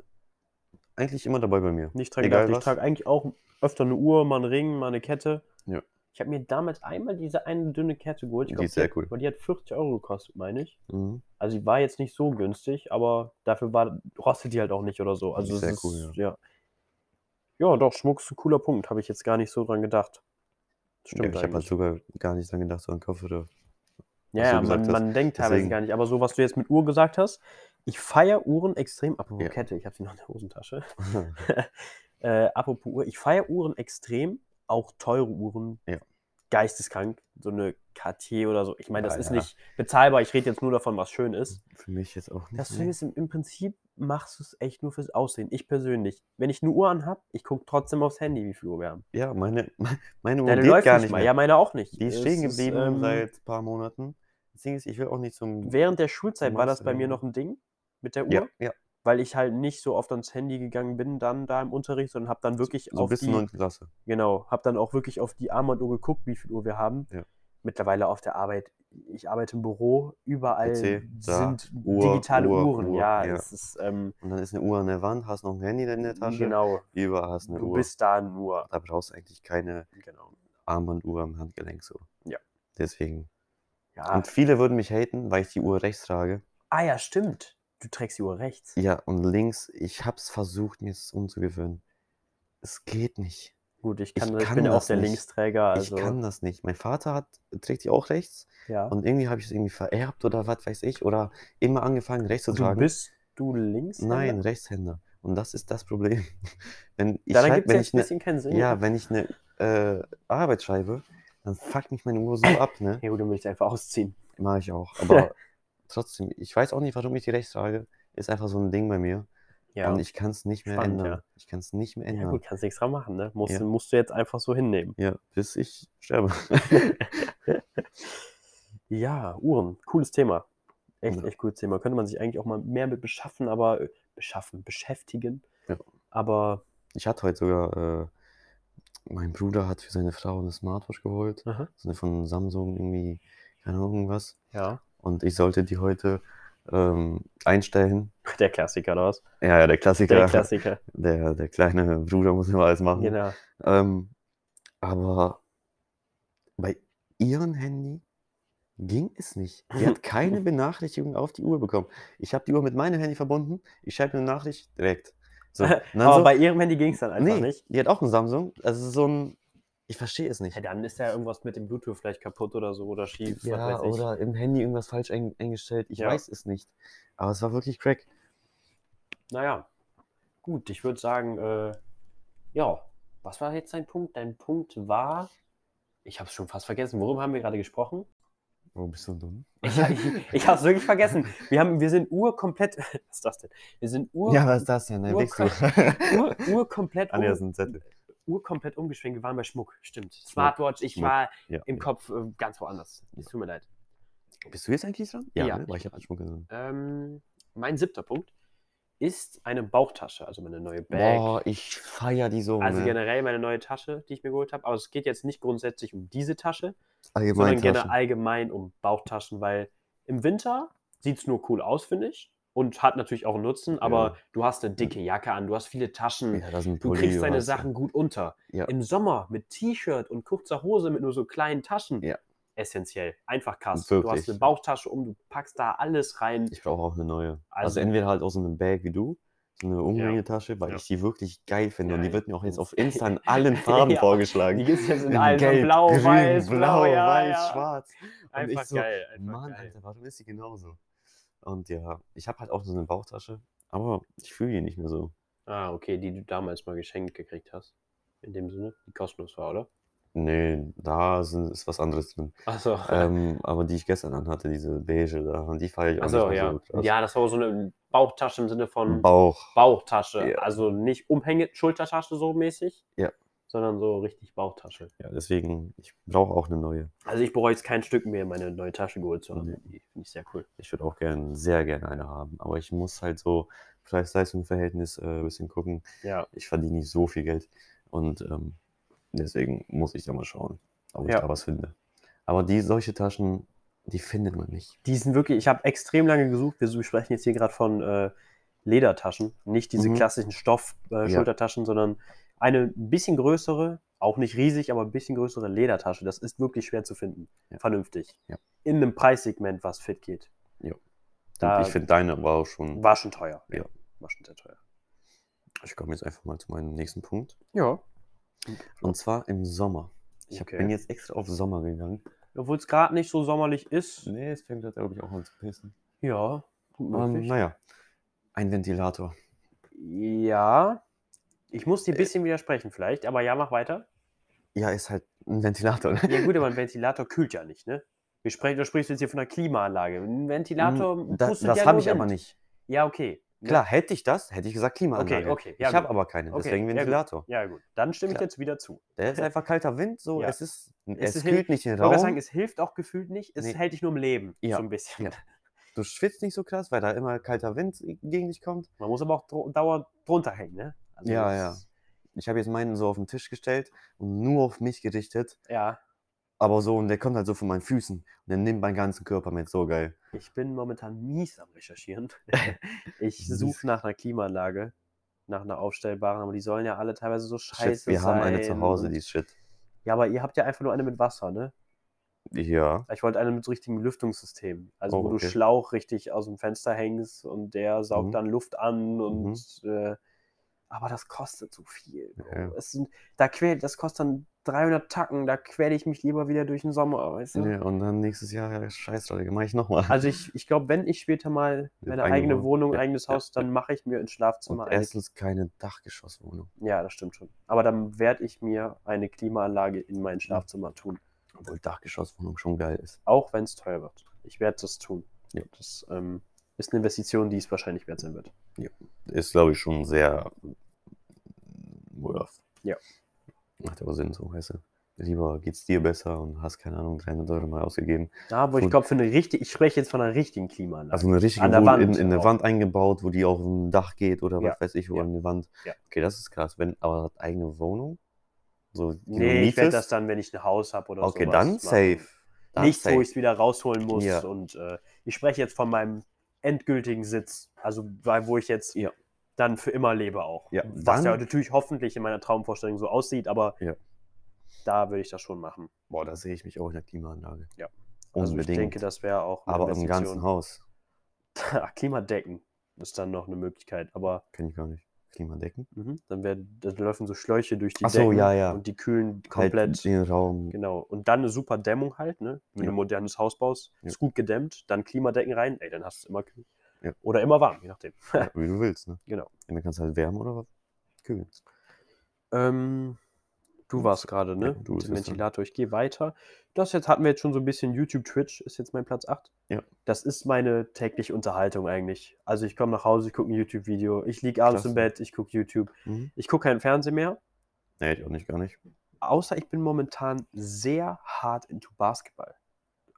[SPEAKER 2] eigentlich immer dabei bei mir.
[SPEAKER 1] Nicht dran
[SPEAKER 2] Egal
[SPEAKER 1] gedacht. Ich
[SPEAKER 2] was.
[SPEAKER 1] trage eigentlich auch öfter eine Uhr, mal einen Ring, mal eine Kette.
[SPEAKER 2] Ja.
[SPEAKER 1] Ich habe mir damals einmal diese eine dünne Kette geholt. Ich
[SPEAKER 2] Die
[SPEAKER 1] glaub,
[SPEAKER 2] ist sehr
[SPEAKER 1] hat,
[SPEAKER 2] cool.
[SPEAKER 1] aber Die hat 40 Euro gekostet, meine ich.
[SPEAKER 2] Mhm.
[SPEAKER 1] Also die war jetzt nicht so günstig, aber dafür war, rostet die halt auch nicht oder so. Also
[SPEAKER 2] ist sehr
[SPEAKER 1] es ist,
[SPEAKER 2] cool, ja.
[SPEAKER 1] ja. Ja, doch, Schmuck ist ein cooler Punkt. Habe ich jetzt gar nicht so dran gedacht.
[SPEAKER 2] Ja,
[SPEAKER 1] Stimmt
[SPEAKER 2] ich habe halt
[SPEAKER 1] eigentlich.
[SPEAKER 2] sogar gar nicht dran gedacht, so an Kopfhörer.
[SPEAKER 1] Ja,
[SPEAKER 2] was du
[SPEAKER 1] ja man,
[SPEAKER 2] halt gesagt hast.
[SPEAKER 1] man denkt teilweise
[SPEAKER 2] Deswegen.
[SPEAKER 1] gar nicht. Aber so, was du jetzt mit Uhr gesagt hast, ich feiere Uhren extrem. Apropos
[SPEAKER 2] Ja.
[SPEAKER 1] Kette, ich habe sie noch in der Hosentasche. äh, apropos Uhr, ich feiere Uhren extrem, auch teure Uhren.
[SPEAKER 2] Ja.
[SPEAKER 1] Geisteskrank, so eine KT oder so. Ich meine, das
[SPEAKER 2] Ja,
[SPEAKER 1] ist
[SPEAKER 2] ja.
[SPEAKER 1] nicht bezahlbar. Ich rede jetzt nur davon, was schön ist.
[SPEAKER 2] Für mich jetzt auch nicht.
[SPEAKER 1] Das Ding
[SPEAKER 2] ne?
[SPEAKER 1] ist, im, im Prinzip machst du es echt nur fürs Aussehen. Ich persönlich. Wenn ich eine Uhr anhab, ich gucke trotzdem aufs Handy, wie viel Uhr wir haben.
[SPEAKER 2] Ja, meine, meine Uhr
[SPEAKER 1] Deine
[SPEAKER 2] geht
[SPEAKER 1] läuft
[SPEAKER 2] gar
[SPEAKER 1] nicht
[SPEAKER 2] nicht
[SPEAKER 1] mal.
[SPEAKER 2] mehr.
[SPEAKER 1] Ja, meine auch nicht.
[SPEAKER 2] Die ist
[SPEAKER 1] Es
[SPEAKER 2] stehen geblieben
[SPEAKER 1] ähm,
[SPEAKER 2] seit ein paar Monaten. Das Ding ist, ich will auch nicht zum.
[SPEAKER 1] Während der Schulzeit war
[SPEAKER 2] Machst
[SPEAKER 1] das bei mir
[SPEAKER 2] irgendwie.
[SPEAKER 1] noch ein Ding mit der Uhr,
[SPEAKER 2] ja, ja,
[SPEAKER 1] weil ich halt nicht so oft ans Handy gegangen bin, dann da im Unterricht, sondern habe dann wirklich
[SPEAKER 2] so
[SPEAKER 1] auf
[SPEAKER 2] bis zur
[SPEAKER 1] die,
[SPEAKER 2] 9. Klasse.
[SPEAKER 1] genau, habe dann auch wirklich auf die Armbanduhr geguckt, wie viel Uhr wir haben.
[SPEAKER 2] Ja.
[SPEAKER 1] Mittlerweile auf der Arbeit. Ich arbeite im Büro, überall
[SPEAKER 2] PC, da,
[SPEAKER 1] sind
[SPEAKER 2] Uhr,
[SPEAKER 1] digitale
[SPEAKER 2] Uhr,
[SPEAKER 1] Uhren.
[SPEAKER 2] Uhr,
[SPEAKER 1] ja,
[SPEAKER 2] ja.
[SPEAKER 1] das ist ähm,
[SPEAKER 2] Und dann ist eine Uhr an der Wand, hast noch ein Handy in der Tasche.
[SPEAKER 1] genau.
[SPEAKER 2] Überall hast eine
[SPEAKER 1] du
[SPEAKER 2] Uhr.
[SPEAKER 1] bist da nur.
[SPEAKER 2] Da brauchst du eigentlich keine
[SPEAKER 1] Genau.
[SPEAKER 2] Armbanduhr am Handgelenk so.
[SPEAKER 1] Ja. Ah.
[SPEAKER 2] Deswegen.
[SPEAKER 1] Ja.
[SPEAKER 2] Und viele würden mich haten, weil ich die Uhr rechts trage.
[SPEAKER 1] ah ja, stimmt. Du trägst die Uhr rechts.
[SPEAKER 2] Ja, und links, ich hab's versucht, mir es umzugewöhnen. Es geht nicht.
[SPEAKER 1] Gut, ich
[SPEAKER 2] Ich
[SPEAKER 1] kann, ich,
[SPEAKER 2] kann
[SPEAKER 1] bin ja auch
[SPEAKER 2] das
[SPEAKER 1] der
[SPEAKER 2] nicht.
[SPEAKER 1] Linksträger. Also,
[SPEAKER 2] Ich kann das nicht. Mein Vater hat, trägt die auch rechts
[SPEAKER 1] ja.
[SPEAKER 2] und irgendwie habe ich es irgendwie vererbt oder was weiß ich oder immer angefangen rechts zu
[SPEAKER 1] du
[SPEAKER 2] tragen.
[SPEAKER 1] bist du links?
[SPEAKER 2] Nein, Rechtshänder. Und das ist das Problem. Wenn ich,
[SPEAKER 1] Dann
[SPEAKER 2] schreib-
[SPEAKER 1] gibt es
[SPEAKER 2] wenn
[SPEAKER 1] jetzt
[SPEAKER 2] ich
[SPEAKER 1] ein
[SPEAKER 2] ne,
[SPEAKER 1] bisschen keinen Sinn.
[SPEAKER 2] ja, wenn ich eine äh, Arbeit schreibe, dann fuckt mich meine Uhr so ab, ne?
[SPEAKER 1] ja, gut, dann will ich einfach ausziehen.
[SPEAKER 2] Mache ich auch. Aber trotzdem, ich weiß auch nicht, warum ich die rechts trage. Ist einfach so ein Ding bei mir.
[SPEAKER 1] Ja.
[SPEAKER 2] Und ich kann es nicht mehr
[SPEAKER 1] Spannend,
[SPEAKER 2] ändern.
[SPEAKER 1] ja.
[SPEAKER 2] Ich kann es nicht mehr
[SPEAKER 1] ja,
[SPEAKER 2] ändern.
[SPEAKER 1] gut, kannst nichts dran machen, ne? Musst,
[SPEAKER 2] Ja.
[SPEAKER 1] du- musst du jetzt einfach so hinnehmen.
[SPEAKER 2] ja bis ich sterbe.
[SPEAKER 1] Ja, Uhren, cooles Thema. Echt,
[SPEAKER 2] Ja.
[SPEAKER 1] echt cooles Thema. Könnte man sich eigentlich auch mal mehr mit beschaffen, aber äh, beschaffen, beschäftigen.
[SPEAKER 2] Ja.
[SPEAKER 1] Aber
[SPEAKER 2] Ich hatte heute sogar, äh, mein Bruder hat für seine Frau eine Smartwatch geholt,
[SPEAKER 1] Aha.
[SPEAKER 2] so eine von Samsung irgendwie, keine Ahnung, irgendwas.
[SPEAKER 1] ja,
[SPEAKER 2] Und ich sollte die heute ähm, einstellen.
[SPEAKER 1] der Klassiker oder was?
[SPEAKER 2] Ja, ja, der Klassiker,
[SPEAKER 1] Der
[SPEAKER 2] der,
[SPEAKER 1] Klassiker.
[SPEAKER 2] der, kleine Bruder muss immer alles machen.
[SPEAKER 1] Genau.
[SPEAKER 2] Ähm, aber bei ihrem Handy ging es nicht. Sie hat keine Benachrichtigung auf die Uhr bekommen. Ich habe die Uhr mit meinem Handy verbunden, ich schreibe eine Nachricht direkt. So, und dann
[SPEAKER 1] Aber
[SPEAKER 2] Ne, so,
[SPEAKER 1] bei ihrem Handy ging es dann einfach
[SPEAKER 2] nee,
[SPEAKER 1] nicht.
[SPEAKER 2] die hat auch ein Samsung. Also es ist so ein. Ich verstehe es nicht.
[SPEAKER 1] Ja, dann ist ja irgendwas mit dem Bluetooth vielleicht kaputt oder so oder schief. was
[SPEAKER 2] Ja,
[SPEAKER 1] weiß ich.
[SPEAKER 2] oder im Handy irgendwas falsch ein, eingestellt. Ich
[SPEAKER 1] Ja.
[SPEAKER 2] weiß es nicht. Aber es war wirklich crack.
[SPEAKER 1] Naja, gut, ich würde sagen, äh, ja, was war jetzt dein Punkt? Dein Punkt war, ich habe es schon fast vergessen, worüber haben wir gerade gesprochen? Oh,
[SPEAKER 2] Warum bist du dumm?
[SPEAKER 1] Ich, ich habe es wirklich vergessen. Wir, haben, wir sind urkomplett, was ist das denn? Wir sind ur,
[SPEAKER 2] ja, was ist das denn? Ein
[SPEAKER 1] Uhr-
[SPEAKER 2] Wichser.
[SPEAKER 1] ur, urkomplett
[SPEAKER 2] Ah, nee, das ist
[SPEAKER 1] un,
[SPEAKER 2] ein Zettel.
[SPEAKER 1] urkomplett umgeschwenkt. Wir waren bei Schmuck, stimmt. Smartwatch, ich
[SPEAKER 2] Schmuck,
[SPEAKER 1] war
[SPEAKER 2] Ja.
[SPEAKER 1] im
[SPEAKER 2] ja.
[SPEAKER 1] Kopf äh, ganz woanders. Es tut mir leid.
[SPEAKER 2] Bist du jetzt eigentlich dran?
[SPEAKER 1] Ja,
[SPEAKER 2] ne?
[SPEAKER 1] ich
[SPEAKER 2] Weil ich
[SPEAKER 1] bin
[SPEAKER 2] habe Schmuck genannt.
[SPEAKER 1] Ähm, mein siebter Punkt ist eine Bauchtasche, also meine neue Bag.
[SPEAKER 2] Boah, ich feier die so.
[SPEAKER 1] Also
[SPEAKER 2] ne?
[SPEAKER 1] generell meine neue Tasche, die ich mir geholt habe. Aber es geht jetzt nicht grundsätzlich um diese Tasche,
[SPEAKER 2] Allgemein
[SPEAKER 1] sondern generell
[SPEAKER 2] Taschen.
[SPEAKER 1] allgemein um Bauchtaschen, weil im Winter sieht es nur cool aus, finde ich. Und hat natürlich auch einen Nutzen, aber
[SPEAKER 2] Ja.
[SPEAKER 1] du hast eine dicke Jacke an, du hast viele Taschen,
[SPEAKER 2] Ja, das ist ein
[SPEAKER 1] du
[SPEAKER 2] Pulli,
[SPEAKER 1] kriegst deine
[SPEAKER 2] hast-
[SPEAKER 1] Sachen gut unter.
[SPEAKER 2] Ja.
[SPEAKER 1] Im Sommer mit T-Shirt und kurzer Hose mit nur so kleinen Taschen.
[SPEAKER 2] Ja.
[SPEAKER 1] Essentiell. Einfach krass. Du hast
[SPEAKER 2] Wirklich.
[SPEAKER 1] eine Bauchtasche um, du packst da alles rein.
[SPEAKER 2] Ich brauche auch eine neue. Also,
[SPEAKER 1] Also-
[SPEAKER 2] entweder halt aus so einem Bag wie du, so eine Umhängetasche, weil
[SPEAKER 1] Ja.
[SPEAKER 2] ich die wirklich geil finde. Und
[SPEAKER 1] Ja,
[SPEAKER 2] die wird mir auch jetzt
[SPEAKER 1] ja.
[SPEAKER 2] auf Insta in allen Farben
[SPEAKER 1] Ja.
[SPEAKER 2] vorgeschlagen.
[SPEAKER 1] Die gibt es jetzt in
[SPEAKER 2] In
[SPEAKER 1] allen von
[SPEAKER 2] Gelb,
[SPEAKER 1] Blau,
[SPEAKER 2] Grün,
[SPEAKER 1] Weiß, Blau,
[SPEAKER 2] Blau,
[SPEAKER 1] ja,
[SPEAKER 2] Weiß,
[SPEAKER 1] ja.
[SPEAKER 2] Schwarz. Und ich
[SPEAKER 1] Einfach
[SPEAKER 2] so,
[SPEAKER 1] geil. Einfach
[SPEAKER 2] Mann,
[SPEAKER 1] geil.
[SPEAKER 2] Alter, warum ist die genauso? Und ja, ich habe halt auch so eine Bauchtasche, aber ich fühle die nicht mehr so.
[SPEAKER 1] Ah, okay, die du damals mal geschenkt gekriegt hast. In dem Sinne, die kostenlos war, oder?
[SPEAKER 2] Nee, da sind, ist was anderes drin.
[SPEAKER 1] Achso.
[SPEAKER 2] ähm, aber die ich gestern anhatte, diese beige da, und die feiere ich auch
[SPEAKER 1] Achso,
[SPEAKER 2] nicht mehr
[SPEAKER 1] ja.
[SPEAKER 2] so krass.
[SPEAKER 1] ja, das war so eine Bauchtasche im Sinne von
[SPEAKER 2] Bauch.
[SPEAKER 1] Bauchtasche.
[SPEAKER 2] Ja.
[SPEAKER 1] Also nicht Umhänge, Schultertasche so mäßig,
[SPEAKER 2] Ja.
[SPEAKER 1] sondern so richtig Bauchtasche.
[SPEAKER 2] Ja, deswegen, ich brauche auch eine neue.
[SPEAKER 1] Also ich bereue es kein Stück mehr, meine neue Tasche geholt zu haben.
[SPEAKER 2] Nee.
[SPEAKER 1] Die finde ich sehr cool.
[SPEAKER 2] Ich würde auch gern, sehr gerne eine haben, aber ich muss halt so Preis-Leistung-Verhältnis äh, ein bisschen gucken.
[SPEAKER 1] Ja.
[SPEAKER 2] Ich verdiene nicht so viel Geld und ähm, deswegen muss ich da mal schauen, ob ich
[SPEAKER 1] Ja.
[SPEAKER 2] da was finde. Aber die solche Taschen, die findet man nicht.
[SPEAKER 1] Die sind wirklich, ich habe extrem lange gesucht. Wir sprechen jetzt hier gerade von äh, Ledertaschen. Nicht diese
[SPEAKER 2] Mhm.
[SPEAKER 1] klassischen
[SPEAKER 2] Ja.
[SPEAKER 1] Stoff-Schultertaschen, sondern eine ein bisschen größere, auch nicht riesig, aber ein bisschen größere Ledertasche. Das ist wirklich schwer zu finden.
[SPEAKER 2] Ja.
[SPEAKER 1] Vernünftig.
[SPEAKER 2] Ja.
[SPEAKER 1] In einem Preissegment, was fit geht. Da-
[SPEAKER 2] und ich finde deine aber auch schon.
[SPEAKER 1] War schon teuer.
[SPEAKER 2] Ja.
[SPEAKER 1] War schon sehr teuer.
[SPEAKER 2] Ich komme jetzt einfach mal zu meinem nächsten Punkt.
[SPEAKER 1] Ja.
[SPEAKER 2] Und zwar im Sommer. Ich hab,
[SPEAKER 1] Okay.
[SPEAKER 2] bin jetzt extra auf Sommer gegangen.
[SPEAKER 1] Obwohl es gerade nicht so sommerlich ist.
[SPEAKER 2] Nee, es fängt halt, glaube ich, auch an zu pissen.
[SPEAKER 1] Ja. Gut
[SPEAKER 2] Ähm,
[SPEAKER 1] möglich.
[SPEAKER 2] naja, ein Ventilator.
[SPEAKER 1] ja. Ich muss dir ein bisschen widersprechen vielleicht, aber ja, mach weiter.
[SPEAKER 2] Ja, ist halt ein Ventilator. ne?
[SPEAKER 1] Ja gut, aber ein Ventilator kühlt ja nicht, ne? Wir sprechen, du sprichst jetzt hier von einer Klimaanlage. Ein Ventilator
[SPEAKER 2] Mm, da,
[SPEAKER 1] pustet
[SPEAKER 2] das
[SPEAKER 1] ja
[SPEAKER 2] habe
[SPEAKER 1] nur
[SPEAKER 2] ich aber
[SPEAKER 1] Wind.
[SPEAKER 2] nicht.
[SPEAKER 1] Ja, okay. Ne?
[SPEAKER 2] Klar, hätte ich das, hätte ich gesagt Klimaanlage.
[SPEAKER 1] Okay, okay. Ja,
[SPEAKER 2] ich habe
[SPEAKER 1] gut.
[SPEAKER 2] aber keine,
[SPEAKER 1] Okay,
[SPEAKER 2] deswegen
[SPEAKER 1] ja, gut.
[SPEAKER 2] Ventilator.
[SPEAKER 1] Ja, gut. Dann stimme
[SPEAKER 2] Klar.
[SPEAKER 1] ich jetzt wieder zu.
[SPEAKER 2] Der ist einfach kalter Wind, so
[SPEAKER 1] Ja.
[SPEAKER 2] es ist,
[SPEAKER 1] Es
[SPEAKER 2] es,
[SPEAKER 1] ist-
[SPEAKER 2] kühlt nicht den
[SPEAKER 1] Ich wollte
[SPEAKER 2] Raum.
[SPEAKER 1] gerade sagen, es hilft auch gefühlt nicht. Es
[SPEAKER 2] Nee.
[SPEAKER 1] hält dich nur im Leben.
[SPEAKER 2] Ja.
[SPEAKER 1] So ein bisschen.
[SPEAKER 2] Ja. du schwitzt nicht so krass, weil da immer kalter Wind gegen dich kommt.
[SPEAKER 1] Man muss aber auch dr dauernd drunter hängen, ne? Also
[SPEAKER 2] Ja,
[SPEAKER 1] das-
[SPEAKER 2] Ich habe jetzt meinen so auf den Tisch gestellt und nur auf mich gerichtet,
[SPEAKER 1] Ja.
[SPEAKER 2] aber so und der kommt halt so von meinen Füßen und der nimmt meinen ganzen Körper mit, so geil.
[SPEAKER 1] Ich bin momentan mies am Recherchieren. ich
[SPEAKER 2] Mies.
[SPEAKER 1] suche nach einer Klimaanlage, nach einer aufstellbaren, aber die sollen ja alle teilweise so scheiße
[SPEAKER 2] Shit, wir
[SPEAKER 1] sein.
[SPEAKER 2] haben eine zu Hause,
[SPEAKER 1] und-
[SPEAKER 2] die ist shit.
[SPEAKER 1] Ja, aber ihr habt ja einfach nur eine mit Wasser, ne?
[SPEAKER 2] Ja.
[SPEAKER 1] Ich wollte eine mit so richtigem Lüftungssystem. Also,
[SPEAKER 2] Oh,
[SPEAKER 1] wo
[SPEAKER 2] okay.
[SPEAKER 1] du Schlauch richtig aus dem Fenster hängst und der saugt
[SPEAKER 2] Mhm.
[SPEAKER 1] dann Luft an und. Äh, aber das kostet zu viel. Bro.
[SPEAKER 2] Ja.
[SPEAKER 1] Es sind, da quäl, das kostet dann 300 Tacken, da quäle ich mich lieber wieder durch den Sommer. Weißt du?
[SPEAKER 2] Ja, und dann nächstes Jahr, ja, scheiß Leute, mach ich nochmal.
[SPEAKER 1] Also, ich, ich glaube, wenn ich später mal
[SPEAKER 2] Eine
[SPEAKER 1] meine
[SPEAKER 2] eigene
[SPEAKER 1] eigene
[SPEAKER 2] Wohnung.
[SPEAKER 1] Wohnung,
[SPEAKER 2] Ja,
[SPEAKER 1] eigenes
[SPEAKER 2] ja,
[SPEAKER 1] Haus, dann mache ich mir ins Schlafzimmer
[SPEAKER 2] und
[SPEAKER 1] eine.
[SPEAKER 2] erstens keine Dachgeschosswohnung.
[SPEAKER 1] Ja, das stimmt schon. Aber dann werde ich mir eine Klimaanlage in
[SPEAKER 2] Mhm.
[SPEAKER 1] mein Schlafzimmer tun.
[SPEAKER 2] Obwohl Dachgeschosswohnung schon geil ist.
[SPEAKER 1] Auch wenn es teuer wird. Ich werde das tun.
[SPEAKER 2] Ja.
[SPEAKER 1] Das ähm, ist eine Investition, die es wahrscheinlich wert sein wird.
[SPEAKER 2] Ist, glaube ich, schon sehr worth.
[SPEAKER 1] Ja.
[SPEAKER 2] Macht aber Sinn, so weißt du. Lieber geht's dir besser und hast, keine Ahnung, 300 Euro mal ausgegeben.
[SPEAKER 1] Ja, wo ich
[SPEAKER 2] Gut.
[SPEAKER 1] glaube, für eine richtige, ich spreche jetzt von einer richtigen Klimaanlage.
[SPEAKER 2] Also eine richtige
[SPEAKER 1] An der
[SPEAKER 2] Wohnung in,
[SPEAKER 1] Wand
[SPEAKER 2] in eine
[SPEAKER 1] auch.
[SPEAKER 2] Wand eingebaut, wo die auf ein Dach geht oder
[SPEAKER 1] Ja.
[SPEAKER 2] was weiß ich, wo
[SPEAKER 1] Ja.
[SPEAKER 2] an die Wand.
[SPEAKER 1] Ja.
[SPEAKER 2] Okay, das ist krass. Wenn aber eigene Wohnung, so die du
[SPEAKER 1] nee, ich werde
[SPEAKER 2] mietest,
[SPEAKER 1] das dann, wenn ich ein Haus habe oder
[SPEAKER 2] Okay,
[SPEAKER 1] sowas
[SPEAKER 2] dann
[SPEAKER 1] machen.
[SPEAKER 2] safe. Dann
[SPEAKER 1] Nichts,
[SPEAKER 2] safe.
[SPEAKER 1] wo ich es wieder rausholen muss.
[SPEAKER 2] Ja.
[SPEAKER 1] Und äh, ich spreche jetzt von meinem endgültigen Sitz. Also weil, wo ich jetzt
[SPEAKER 2] Ja.
[SPEAKER 1] dann für immer lebe auch.
[SPEAKER 2] Ja,
[SPEAKER 1] Was ja
[SPEAKER 2] dann-
[SPEAKER 1] natürlich hoffentlich in meiner Traumvorstellung so aussieht, aber
[SPEAKER 2] Ja.
[SPEAKER 1] da würde ich das schon machen.
[SPEAKER 2] Boah, da sehe ich mich auch in der Klimaanlage.
[SPEAKER 1] Ja. Also
[SPEAKER 2] Unbedingt.
[SPEAKER 1] ich denke, das wäre auch eine
[SPEAKER 2] aber im ganzen
[SPEAKER 1] Investition.
[SPEAKER 2] Haus.
[SPEAKER 1] Klimadecken ist dann noch eine Möglichkeit, aber
[SPEAKER 2] Kann ich gar nicht. Klimadecken.
[SPEAKER 1] Mhm. Dann, werden, dann laufen so Schläuche durch die
[SPEAKER 2] Ach so,
[SPEAKER 1] Decken
[SPEAKER 2] ja, ja.
[SPEAKER 1] und die kühlen
[SPEAKER 2] Halt
[SPEAKER 1] komplett.
[SPEAKER 2] den Raum.
[SPEAKER 1] Genau. Und dann eine super Dämmung halt, ne? Wenn
[SPEAKER 2] Ja.
[SPEAKER 1] du modernes Haus baust,
[SPEAKER 2] Ja.
[SPEAKER 1] ist gut gedämmt, dann Klimadecken rein, ey, dann hast du es immer kühl.
[SPEAKER 2] Ja.
[SPEAKER 1] Oder immer warm, je nachdem.
[SPEAKER 2] Ja, wie du willst, ne?
[SPEAKER 1] Genau.
[SPEAKER 2] Und dann kannst du halt wärmen oder was? Kühlen.
[SPEAKER 1] Ähm, du warst gerade, ne?
[SPEAKER 2] Ja, du
[SPEAKER 1] Mit dem
[SPEAKER 2] bist es dann.
[SPEAKER 1] Ventilator. Ich gehe weiter. Das jetzt hatten wir jetzt schon so ein bisschen. YouTube, Twitch ist jetzt mein Platz 8.
[SPEAKER 2] Ja.
[SPEAKER 1] Das ist meine tägliche Unterhaltung eigentlich. Also ich komme nach Hause, ich gucke ein YouTube-Video, ich liege abends im
[SPEAKER 2] Klasse.
[SPEAKER 1] Bett, ich gucke YouTube.
[SPEAKER 2] Mhm.
[SPEAKER 1] Ich gucke keinen Fernseher mehr.
[SPEAKER 2] Nee, ich auch nicht, gar nicht.
[SPEAKER 1] Außer ich bin momentan sehr hart into Basketball.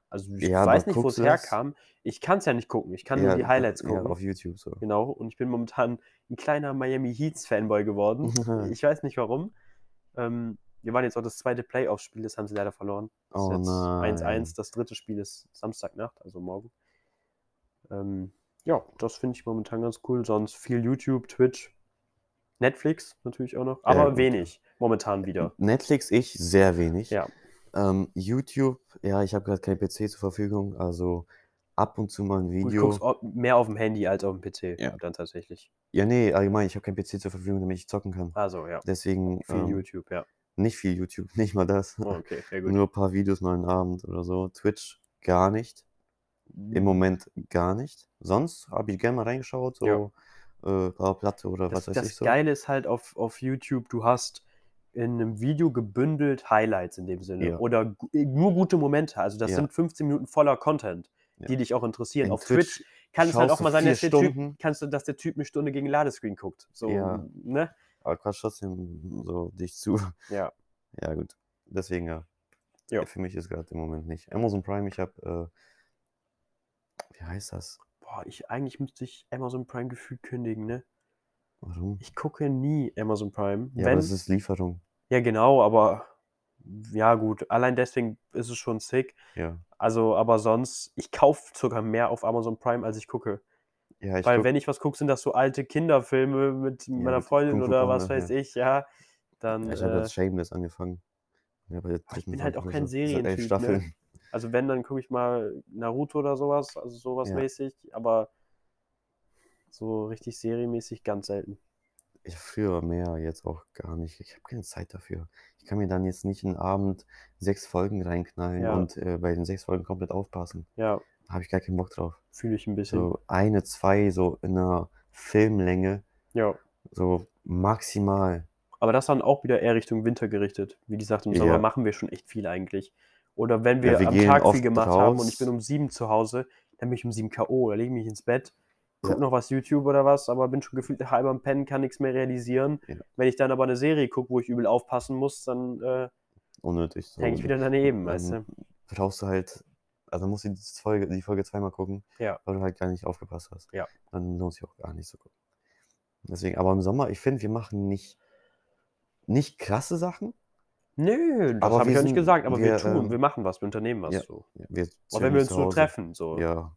[SPEAKER 1] Also ich
[SPEAKER 2] Ja, aber
[SPEAKER 1] weiß nicht, wo es
[SPEAKER 2] guckst du das?
[SPEAKER 1] herkam. Ich kann es ja nicht gucken. Ich kann
[SPEAKER 2] ja,
[SPEAKER 1] nur die Highlights
[SPEAKER 2] ja,
[SPEAKER 1] gucken.
[SPEAKER 2] auf YouTube so.
[SPEAKER 1] Genau. Und ich bin momentan ein kleiner Miami Heats-Fanboy geworden. ich weiß nicht warum. Ähm, wir waren jetzt auch das zweite Playoff-Spiel, das haben sie leider verloren. Das
[SPEAKER 2] Oh
[SPEAKER 1] ist jetzt
[SPEAKER 2] nein.
[SPEAKER 1] 1-1. Das dritte Spiel ist Samstagnacht, also morgen. Ähm, ja, das finde ich momentan ganz cool. Sonst viel YouTube, Twitch, Netflix natürlich auch noch. Aber
[SPEAKER 2] gut.
[SPEAKER 1] wenig momentan wieder.
[SPEAKER 2] Netflix ich sehr wenig.
[SPEAKER 1] Ja.
[SPEAKER 2] Ähm, YouTube, ja, ich habe gerade keinen PC zur Verfügung, also ab und zu mal ein
[SPEAKER 1] Oh, Du
[SPEAKER 2] Video.
[SPEAKER 1] guckst au- mehr auf dem Handy als auf dem PC
[SPEAKER 2] Ja.
[SPEAKER 1] dann tatsächlich.
[SPEAKER 2] Ja, nee, allgemein, ich habe keinen PC zur Verfügung, damit ich zocken kann.
[SPEAKER 1] Also ja,
[SPEAKER 2] Deswegen
[SPEAKER 1] viel
[SPEAKER 2] ähm,
[SPEAKER 1] YouTube, ja.
[SPEAKER 2] nicht viel YouTube, nicht mal das.
[SPEAKER 1] Oh, okay, sehr gut.
[SPEAKER 2] Nur ein paar Videos mal einen Abend oder so. Twitch gar nicht. Im Moment gar nicht. Sonst habe ich gerne mal reingeschaut,
[SPEAKER 1] Ja.
[SPEAKER 2] so äh, paar Platte oder
[SPEAKER 1] Das,
[SPEAKER 2] was weiß
[SPEAKER 1] das
[SPEAKER 2] ich so.
[SPEAKER 1] Geile ist halt auf, auf YouTube, du hast in einem Video gebündelt Highlights in dem Sinne.
[SPEAKER 2] Ja.
[SPEAKER 1] Oder gu- äh, nur gute Momente. Also das
[SPEAKER 2] Ja.
[SPEAKER 1] sind 15 Minuten voller Content,
[SPEAKER 2] Ja.
[SPEAKER 1] die dich auch interessieren.
[SPEAKER 2] In
[SPEAKER 1] auf Twitch, kann es halt
[SPEAKER 2] schaust
[SPEAKER 1] auch
[SPEAKER 2] du
[SPEAKER 1] mal sein,
[SPEAKER 2] vier
[SPEAKER 1] dass der, typ,
[SPEAKER 2] Stunden.
[SPEAKER 1] kannst du, dass der Typ eine Stunde gegen Ladescreen guckt. So,
[SPEAKER 2] Ja.
[SPEAKER 1] ne?
[SPEAKER 2] Aber quatsch trotzdem so dich zu.
[SPEAKER 1] Ja.
[SPEAKER 2] Ja, gut. Deswegen ja.
[SPEAKER 1] Ja.
[SPEAKER 2] Für mich ist gerade im Moment nicht. Amazon Prime, ich habe, äh, wie heißt das?
[SPEAKER 1] Boah, ich, eigentlich müsste ich Amazon Prime Gefühl kündigen, ne?
[SPEAKER 2] Warum?
[SPEAKER 1] Ich gucke nie Amazon Prime.
[SPEAKER 2] Ja,
[SPEAKER 1] Wenn-
[SPEAKER 2] aber es ist Lieferung.
[SPEAKER 1] ja genau, aber ja gut, allein deswegen ist es schon sick.
[SPEAKER 2] Ja.
[SPEAKER 1] Also, aber sonst, ich kaufe sogar mehr auf Amazon Prime, als ich gucke.
[SPEAKER 2] Ja, ich
[SPEAKER 1] Weil
[SPEAKER 2] guck-
[SPEAKER 1] wenn ich was gucke, sind das so alte Kinderfilme mit meiner
[SPEAKER 2] mit
[SPEAKER 1] Freundin
[SPEAKER 2] Kung Fu
[SPEAKER 1] oder
[SPEAKER 2] Panda,
[SPEAKER 1] was weiß
[SPEAKER 2] ja. Also,
[SPEAKER 1] ich, ja. Dann,
[SPEAKER 2] Ja, ich habe
[SPEAKER 1] äh,
[SPEAKER 2] jetzt Shameless angefangen. Ja, bei der
[SPEAKER 1] ich
[SPEAKER 2] dritten
[SPEAKER 1] bin halt auch
[SPEAKER 2] Folge
[SPEAKER 1] kein
[SPEAKER 2] oder so. Es hat
[SPEAKER 1] Serientyp,
[SPEAKER 2] Elf
[SPEAKER 1] ne?
[SPEAKER 2] Staffeln.
[SPEAKER 1] also wenn, dann gucke ich mal Naruto oder sowas, also sowas
[SPEAKER 2] Ja.
[SPEAKER 1] mäßig, aber so richtig serienmäßig ganz selten.
[SPEAKER 2] Ich früher mehr, jetzt auch gar nicht. Ich habe keine Zeit dafür. Ich kann mir dann jetzt nicht einen Abend sechs Folgen reinknallen
[SPEAKER 1] Ja.
[SPEAKER 2] und äh, bei den sechs Folgen komplett aufpassen.
[SPEAKER 1] Ja,
[SPEAKER 2] Da habe ich gar keinen Bock drauf.
[SPEAKER 1] fühle ich ein bisschen.
[SPEAKER 2] So eine, zwei, so in einer Filmlänge,
[SPEAKER 1] Ja.
[SPEAKER 2] so maximal.
[SPEAKER 1] Aber das dann auch wieder eher Richtung Winter gerichtet. Wie gesagt, im Sommer
[SPEAKER 2] Ja.
[SPEAKER 1] machen wir schon echt viel eigentlich. Oder wenn wir,
[SPEAKER 2] Ja, wir
[SPEAKER 1] am
[SPEAKER 2] gehen
[SPEAKER 1] Tag viel
[SPEAKER 2] oft
[SPEAKER 1] gemacht haben und ich
[SPEAKER 2] raus.
[SPEAKER 1] bin um sieben zu Hause, dann bin ich um sieben K.O. Da lege ich mich ins Bett, gucke
[SPEAKER 2] Ja.
[SPEAKER 1] noch was YouTube oder was, aber bin schon gefühlt halb am Pennen, kann nichts mehr realisieren.
[SPEAKER 2] Ja.
[SPEAKER 1] Wenn ich dann aber eine Serie gucke, wo ich übel aufpassen muss, dann äh,
[SPEAKER 2] Unnötig. So.
[SPEAKER 1] hänge ich wieder daneben,
[SPEAKER 2] ähm,
[SPEAKER 1] weißt du?
[SPEAKER 2] Brauchst du halt, also musst du die Folge, die Folge zweimal gucken,
[SPEAKER 1] Ja.
[SPEAKER 2] weil du halt gar nicht aufgepasst hast.
[SPEAKER 1] Ja.
[SPEAKER 2] Dann lohnt sich auch gar nicht zu gucken. Deswegen, aber im Sommer, ich finde, wir machen nicht, nicht krasse Sachen.
[SPEAKER 1] Nö, das
[SPEAKER 2] aber
[SPEAKER 1] habe
[SPEAKER 2] wir
[SPEAKER 1] ich ja nicht
[SPEAKER 2] sind-
[SPEAKER 1] gesagt, aber wir,
[SPEAKER 2] wir,
[SPEAKER 1] tun,
[SPEAKER 2] ähm,
[SPEAKER 1] wir machen was, wir unternehmen was.
[SPEAKER 2] ja,
[SPEAKER 1] so.
[SPEAKER 2] Ja, Wir
[SPEAKER 1] Auch wenn wir uns nur
[SPEAKER 2] nur
[SPEAKER 1] treffen, so.
[SPEAKER 2] Ja,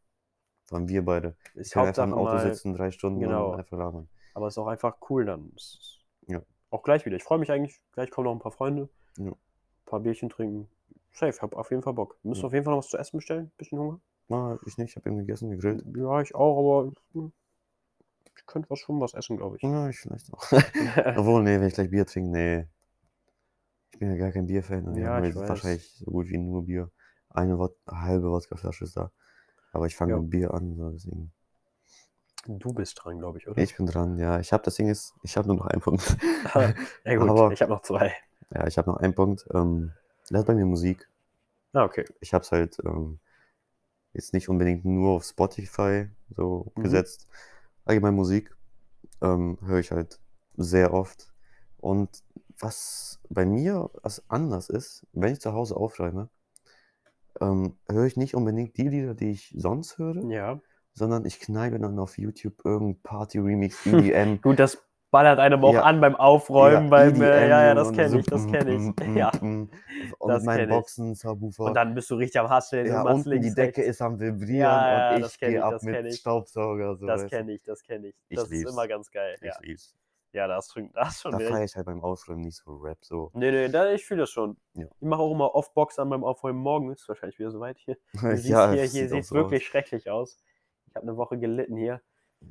[SPEAKER 2] waren wir beide. Ich
[SPEAKER 1] Ist
[SPEAKER 2] kann einfach
[SPEAKER 1] Hauptsache
[SPEAKER 2] im Auto
[SPEAKER 1] mal,
[SPEAKER 2] sitzen, drei Stunden
[SPEAKER 1] genau.
[SPEAKER 2] und einfach labern.
[SPEAKER 1] Aber es ist auch einfach cool dann. Es ist
[SPEAKER 2] Ja.
[SPEAKER 1] Auch gleich wieder. Ich freue mich eigentlich. Gleich kommen noch ein paar Freunde.
[SPEAKER 2] Ja.
[SPEAKER 1] Ein paar Bierchen trinken. Safe, hab auf jeden Fall Bock. Müssen
[SPEAKER 2] Ja.
[SPEAKER 1] auf jeden Fall noch was zu essen bestellen. Bisschen Hunger.
[SPEAKER 2] Na, ich nicht, ich habe eben gegessen, gegrillt.
[SPEAKER 1] Ja, ich auch, aber hm, ich könnte was schon was essen, glaube ich.
[SPEAKER 2] Ja, ich vielleicht auch. Obwohl, nee, wenn ich gleich Bier trinke, nee. Ich bin ja gar kein Bierfan. und wir
[SPEAKER 1] Ja,
[SPEAKER 2] haben
[SPEAKER 1] ich
[SPEAKER 2] jetzt
[SPEAKER 1] weiß.
[SPEAKER 2] Wahrscheinlich so gut wie nur Bier. Eine Wod halbe Wodkaflasche ist da. Aber ich fange
[SPEAKER 1] Ja.
[SPEAKER 2] mit Bier an, so deswegen.
[SPEAKER 1] du bist dran, glaube ich, oder?
[SPEAKER 2] Ich bin dran, ja. Ich habe das Ding ist, ich habe nur noch einen Punkt.
[SPEAKER 1] ja, gut,
[SPEAKER 2] aber-
[SPEAKER 1] ich habe noch zwei.
[SPEAKER 2] ja, ich habe noch einen Punkt. Ähm, das ist bei mir Musik.
[SPEAKER 1] Ah, okay.
[SPEAKER 2] ich habe es halt ähm, jetzt nicht unbedingt nur auf Spotify so
[SPEAKER 1] Mhm.
[SPEAKER 2] gesetzt. Allgemein Musik ähm, höre ich halt sehr oft. Und was bei mir was anders ist, wenn ich zu Hause aufräume, ähm, höre ich nicht unbedingt die Lieder, die ich sonst höre,
[SPEAKER 1] Ja.
[SPEAKER 2] sondern ich kneipe dann auf YouTube irgendein E Party-Remix, EDM.
[SPEAKER 1] Gut, das ballert einem auch
[SPEAKER 2] Ja.
[SPEAKER 1] an beim Aufräumen,
[SPEAKER 2] Ja,
[SPEAKER 1] beim. Äh, ja,
[SPEAKER 2] EDM,
[SPEAKER 1] ja,
[SPEAKER 2] Junge,
[SPEAKER 1] das
[SPEAKER 2] E und
[SPEAKER 1] kenne
[SPEAKER 2] so
[SPEAKER 1] ich, das
[SPEAKER 2] pum,
[SPEAKER 1] kenne
[SPEAKER 2] pum,
[SPEAKER 1] ich.
[SPEAKER 2] pum,
[SPEAKER 1] ja.
[SPEAKER 2] pum. Und
[SPEAKER 1] Das kenn
[SPEAKER 2] mit meinen
[SPEAKER 1] ich.
[SPEAKER 2] Boxen, Subwoofer.
[SPEAKER 1] Und dann bist du richtig am Hasseln.
[SPEAKER 2] Ja,
[SPEAKER 1] und machst
[SPEAKER 2] unten
[SPEAKER 1] links,
[SPEAKER 2] die Decke
[SPEAKER 1] rechts.
[SPEAKER 2] ist am Vibrieren
[SPEAKER 1] Ja, ja,
[SPEAKER 2] und
[SPEAKER 1] das
[SPEAKER 2] ich
[SPEAKER 1] kenn ich,
[SPEAKER 2] gehe ab
[SPEAKER 1] das kenn
[SPEAKER 2] mit
[SPEAKER 1] ich.
[SPEAKER 2] Staubsauger. So,
[SPEAKER 1] Das
[SPEAKER 2] weißt du?
[SPEAKER 1] kenne ich, das kenne ich.
[SPEAKER 2] Ich
[SPEAKER 1] das
[SPEAKER 2] lieb's.
[SPEAKER 1] ist immer ganz geil.
[SPEAKER 2] Ich
[SPEAKER 1] Ja,
[SPEAKER 2] lieb's.
[SPEAKER 1] ja da hast du das schon
[SPEAKER 2] Da feiere
[SPEAKER 1] recht.
[SPEAKER 2] ich halt beim Ausräumen nicht so Rap. So.
[SPEAKER 1] Nee, nee, da, ich fühle das schon.
[SPEAKER 2] Ja.
[SPEAKER 1] Ich mache auch immer Off-Box an beim Aufräumen morgen. Ist wahrscheinlich wieder soweit hier. Du siehst hier,
[SPEAKER 2] es
[SPEAKER 1] hier
[SPEAKER 2] auch
[SPEAKER 1] sieht es
[SPEAKER 2] so aus.
[SPEAKER 1] wirklich schrecklich aus. Ich habe eine Woche gelitten hier.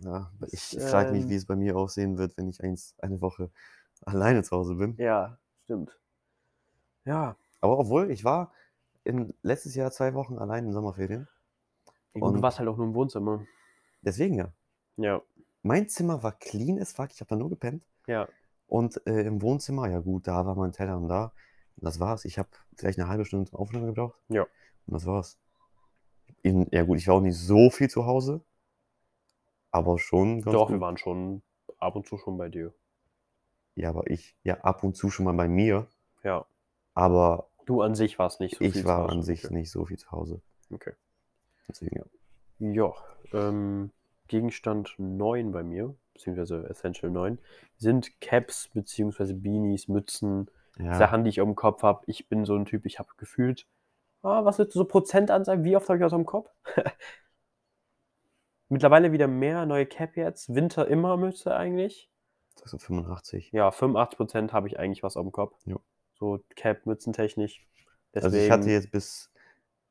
[SPEAKER 2] Ja, ich
[SPEAKER 1] Das,
[SPEAKER 2] frage mich,
[SPEAKER 1] ähm,
[SPEAKER 2] wie es bei mir aussehen wird, wenn ich eins, eine Woche alleine zu Hause bin.
[SPEAKER 1] Ja, stimmt. Ja.
[SPEAKER 2] Aber obwohl, ich war in, letztes Jahr zwei Wochen allein in Sommerferien.
[SPEAKER 1] ja gut, du
[SPEAKER 2] Und-
[SPEAKER 1] warst halt auch nur im Wohnzimmer.
[SPEAKER 2] Deswegen ja.
[SPEAKER 1] Ja,
[SPEAKER 2] Mein Zimmer war clean as fuck. Ich habe da nur gepennt.
[SPEAKER 1] ja.
[SPEAKER 2] Und äh, im Wohnzimmer, ja gut, da war mein Teller und da. Und das war's. Ich habe vielleicht eine halbe Stunde zum Aufnehmen gebraucht.
[SPEAKER 1] Ja.
[SPEAKER 2] Und das war's. In, ja gut, ich war auch nicht so viel zu Hause. Aber schon ganz
[SPEAKER 1] Doch,
[SPEAKER 2] gut.
[SPEAKER 1] wir waren schon ab und zu schon bei dir.
[SPEAKER 2] Ja, aber ich, ja, ab und zu schon mal bei mir,
[SPEAKER 1] Ja.
[SPEAKER 2] aber
[SPEAKER 1] Du an sich warst nicht so viel
[SPEAKER 2] ich
[SPEAKER 1] zu
[SPEAKER 2] war
[SPEAKER 1] Hause.
[SPEAKER 2] an sich
[SPEAKER 1] Okay.
[SPEAKER 2] nicht so viel zu Hause.
[SPEAKER 1] Okay.
[SPEAKER 2] Deswegen, ja.
[SPEAKER 1] Ja, ähm, Gegenstand 9 bei mir, beziehungsweise Essential 9, sind Caps beziehungsweise Beanies, Mützen,
[SPEAKER 2] Ja,
[SPEAKER 1] Sachen, die ich auf dem Kopf habe. Ich bin so ein Typ, ich habe gefühlt, ah, was wird so Prozentanzahl, wie oft habe ich was am Kopf? Mittlerweile wieder mehr, neue Cap jetzt, Winter immer Mütze eigentlich.
[SPEAKER 2] das sind 85.
[SPEAKER 1] Ja, 85% habe ich eigentlich was am Kopf.
[SPEAKER 2] Jo.
[SPEAKER 1] So Cap, Mützentechnisch. Deswegen,
[SPEAKER 2] Also ich hatte jetzt bis,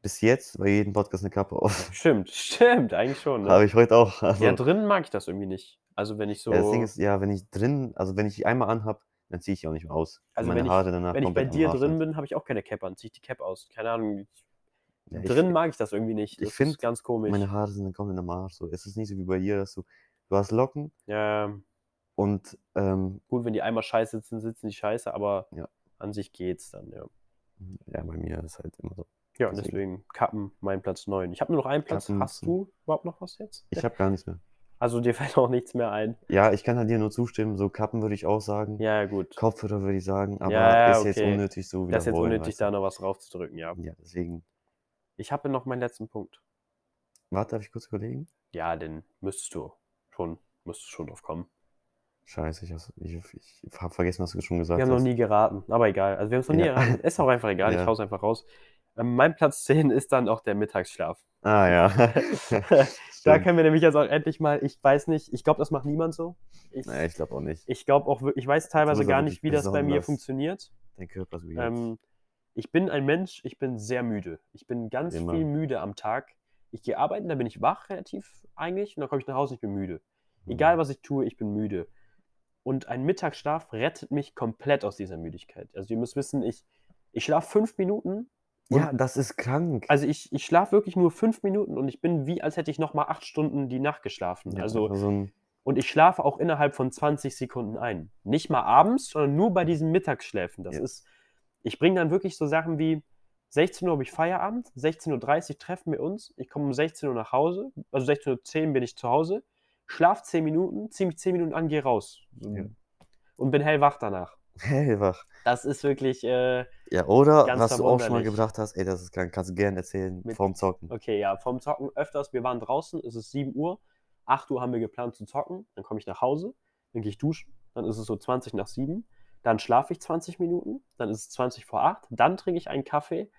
[SPEAKER 2] bis jetzt bei jedem Podcast eine Kappe auf.
[SPEAKER 1] Stimmt, stimmt, eigentlich schon. Ne?
[SPEAKER 2] Habe ich heute auch. Also,
[SPEAKER 1] Ja, drin mag ich das irgendwie nicht. Also wenn ich so,
[SPEAKER 2] ja, das Ding ist, ja, wenn ich drin, also wenn ich die einmal anhab, dann ziehe ich die auch nicht mehr aus. Weil
[SPEAKER 1] Also
[SPEAKER 2] meine
[SPEAKER 1] wenn ich-
[SPEAKER 2] Haare danach
[SPEAKER 1] wenn ich bei
[SPEAKER 2] komplett am
[SPEAKER 1] dir
[SPEAKER 2] Arsch
[SPEAKER 1] drin
[SPEAKER 2] sind.
[SPEAKER 1] bin, habe ich auch keine Cap an, ziehe ich die Cap aus. Keine Ahnung,
[SPEAKER 2] Ja, ich-
[SPEAKER 1] drin mag ich das irgendwie nicht.
[SPEAKER 2] ich
[SPEAKER 1] Das
[SPEAKER 2] find,
[SPEAKER 1] ist ganz komisch.
[SPEAKER 2] Meine Haare sind dann komplett am Arsch. So. Es ist nicht so wie bei dir, dass du, du hast Locken
[SPEAKER 1] ja,
[SPEAKER 2] und ähm,
[SPEAKER 1] gut, wenn die einmal scheiße sitzen, sitzen die scheiße, aber
[SPEAKER 2] Ja.
[SPEAKER 1] an sich geht's dann, ja.
[SPEAKER 2] ja, bei mir ist halt immer so.
[SPEAKER 1] Ja, und
[SPEAKER 2] Deswegen.
[SPEAKER 1] deswegen Kappen, mein Platz 9. Ich habe nur noch einen Platz.
[SPEAKER 2] Kappen
[SPEAKER 1] Hast
[SPEAKER 2] müssen.
[SPEAKER 1] du überhaupt noch was jetzt?
[SPEAKER 2] Ich habe gar nichts mehr.
[SPEAKER 1] Also dir fällt auch nichts mehr ein.
[SPEAKER 2] Ja, ich kann halt dir nur zustimmen. So Kappen würde ich auch sagen.
[SPEAKER 1] Ja, ja, gut.
[SPEAKER 2] Kopfhörer würde ich sagen, aber
[SPEAKER 1] Ja,
[SPEAKER 2] ist jetzt
[SPEAKER 1] okay.
[SPEAKER 2] unnötig so
[SPEAKER 1] das ist jetzt
[SPEAKER 2] wiederholen,
[SPEAKER 1] unnötig,
[SPEAKER 2] weißt du.
[SPEAKER 1] da noch was draufzudrücken, ja.
[SPEAKER 2] Ja, deswegen.
[SPEAKER 1] Ich habe noch meinen letzten Punkt.
[SPEAKER 2] Warte, darf ich kurz überlegen?
[SPEAKER 1] Ja, den müsstest du schon, müsstest schon drauf kommen.
[SPEAKER 2] Scheiße, ich, hab's- ich, ich habe vergessen, was du schon gesagt
[SPEAKER 1] Wir haben
[SPEAKER 2] hast.
[SPEAKER 1] noch nie geraten, aber egal. Also wir haben es noch nie
[SPEAKER 2] Ja.
[SPEAKER 1] geraten. Ist auch einfach egal, ich
[SPEAKER 2] Ja.
[SPEAKER 1] hau's einfach raus. Ähm, mein Platz 10 ist dann auch der Mittagsschlaf.
[SPEAKER 2] Ah ja.
[SPEAKER 1] Da
[SPEAKER 2] Stimmt.
[SPEAKER 1] können wir nämlich jetzt auch endlich mal, ich weiß nicht, ich glaube, das macht niemand so. Ich,
[SPEAKER 2] Nee, ich glaube auch nicht.
[SPEAKER 1] ich glaube auch, wir- ich weiß teilweise
[SPEAKER 2] muss auch
[SPEAKER 1] gar nicht, wie
[SPEAKER 2] wirklich
[SPEAKER 1] das bei mir
[SPEAKER 2] besonders-
[SPEAKER 1] funktioniert.
[SPEAKER 2] Dein Körper ist weird.
[SPEAKER 1] Ähm, ich bin ein Mensch, ich bin sehr müde. Ich bin ganz
[SPEAKER 2] Immer.
[SPEAKER 1] viel müde am Tag. Ich gehe arbeiten, da bin ich wach relativ eigentlich und dann komme ich nach Hause und ich bin müde.
[SPEAKER 2] Mhm.
[SPEAKER 1] Egal, was ich tue, ich bin müde. Und ein Mittagsschlaf rettet mich komplett aus dieser Müdigkeit. Also ihr müsst wissen, ich, ich schlafe fünf Minuten.
[SPEAKER 2] Ja, das ist krank.
[SPEAKER 1] Also ich, ich schlafe wirklich nur fünf Minuten und ich bin wie, als hätte ich nochmal acht Stunden die Nacht geschlafen.
[SPEAKER 2] Ja,
[SPEAKER 1] also
[SPEAKER 2] einfach so ein,
[SPEAKER 1] und ich schlafe auch innerhalb von 20 Sekunden ein. Nicht mal abends, sondern nur bei diesen Mittagsschläfen. Das
[SPEAKER 2] Ja.
[SPEAKER 1] ist, ich bringe dann wirklich so Sachen wie 16 Uhr habe ich Feierabend, 16.30 Uhr treffen wir uns, ich komme um 16 Uhr nach Hause, also 16.10 Uhr bin ich zu Hause, schlaf 10 Minuten, ziehe mich 10 Minuten an, gehe raus.
[SPEAKER 2] Ja.
[SPEAKER 1] Und bin hellwach danach.
[SPEAKER 2] hellwach.
[SPEAKER 1] Das ist wirklich, äh,
[SPEAKER 2] Ja, oder
[SPEAKER 1] Ganz
[SPEAKER 2] was du auch schon mal
[SPEAKER 1] verwunderlich.
[SPEAKER 2] gebracht hast, ey, das ist krank, kannst du gerne erzählen,
[SPEAKER 1] Mit-
[SPEAKER 2] vorm Zocken.
[SPEAKER 1] okay, ja, vom Zocken öfters, wir waren draußen, es ist 7 Uhr, 8 Uhr haben wir geplant zu zocken, dann komme ich nach Hause, dann gehe ich duschen, dann ist es so 20 nach 7, dann schlafe ich 20 Minuten, dann ist es 20 vor 8, dann trinke ich einen Kaffee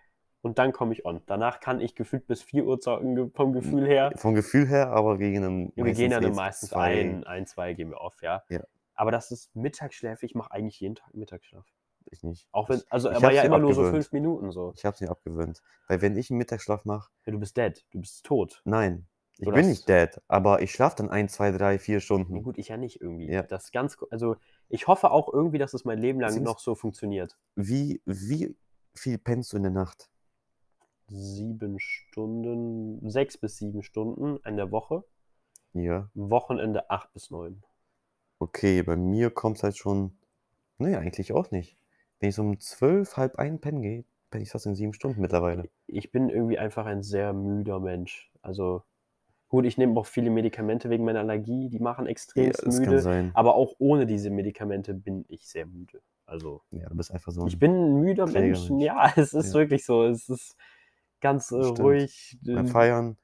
[SPEAKER 1] und dann komme ich on. Danach kann ich gefühlt bis 4 Uhr zocken, ge- vom
[SPEAKER 2] Hm.
[SPEAKER 1] Gefühl her.
[SPEAKER 2] Vom Gefühl her, aber gegen einen
[SPEAKER 1] Wir gehen dann
[SPEAKER 2] jetzt
[SPEAKER 1] meistens
[SPEAKER 2] zwei-
[SPEAKER 1] ein, ein, zwei gehen wir auf, ja.
[SPEAKER 2] Ja.
[SPEAKER 1] Aber das ist Mittagsschläfe, ich mache eigentlich jeden Tag Mittagsschlaf.
[SPEAKER 2] Ich nicht.
[SPEAKER 1] Auch wenn, also
[SPEAKER 2] ich
[SPEAKER 1] aber
[SPEAKER 2] hab's
[SPEAKER 1] ja
[SPEAKER 2] mir
[SPEAKER 1] immer nur so
[SPEAKER 2] abgewöhnt.
[SPEAKER 1] fünf Minuten so.
[SPEAKER 2] Ich hab's mir abgewöhnt. Weil wenn ich einen Mittagsschlaf mache,
[SPEAKER 1] Ja, du bist dead, du bist tot.
[SPEAKER 2] nein, ich
[SPEAKER 1] Du
[SPEAKER 2] bin
[SPEAKER 1] darfst-
[SPEAKER 2] nicht dead, aber ich schlafe dann ein, zwei, drei, vier
[SPEAKER 1] Ja,
[SPEAKER 2] Stunden.
[SPEAKER 1] gut, ich ja nicht irgendwie.
[SPEAKER 2] Ja.
[SPEAKER 1] Das ist ganz, ko- also ich hoffe auch irgendwie, dass es mein Leben lang
[SPEAKER 2] Deswegen ist-
[SPEAKER 1] noch so funktioniert.
[SPEAKER 2] Wie, wie viel pennst du in der Nacht?
[SPEAKER 1] Sieben Stunden, sechs bis sieben Stunden in der Woche.
[SPEAKER 2] Ja.
[SPEAKER 1] Am Wochenende acht bis neun.
[SPEAKER 2] Okay, bei mir kommt halt schon. Nee, eigentlich auch nicht. Wenn ich so um zwölf, halb ein pennen gehe, penne ich fast in sieben Stunden mittlerweile.
[SPEAKER 1] Ich bin irgendwie einfach ein sehr müder Mensch. Also gut, ich nehme auch viele Medikamente wegen meiner Allergie, die machen extrem
[SPEAKER 2] das kann
[SPEAKER 1] müde.
[SPEAKER 2] sein.
[SPEAKER 1] Aber auch ohne diese Medikamente bin ich sehr müde. Also
[SPEAKER 2] Ja, du bist einfach so ein.
[SPEAKER 1] ich bin ein müder
[SPEAKER 2] Mhm. Träger
[SPEAKER 1] Mensch.
[SPEAKER 2] Mensch.
[SPEAKER 1] Ja, es ist
[SPEAKER 2] Ja.
[SPEAKER 1] wirklich so. Es ist ganz äh,
[SPEAKER 2] Stimmt.
[SPEAKER 1] ruhig.
[SPEAKER 2] beim
[SPEAKER 1] äh,
[SPEAKER 2] Feiern,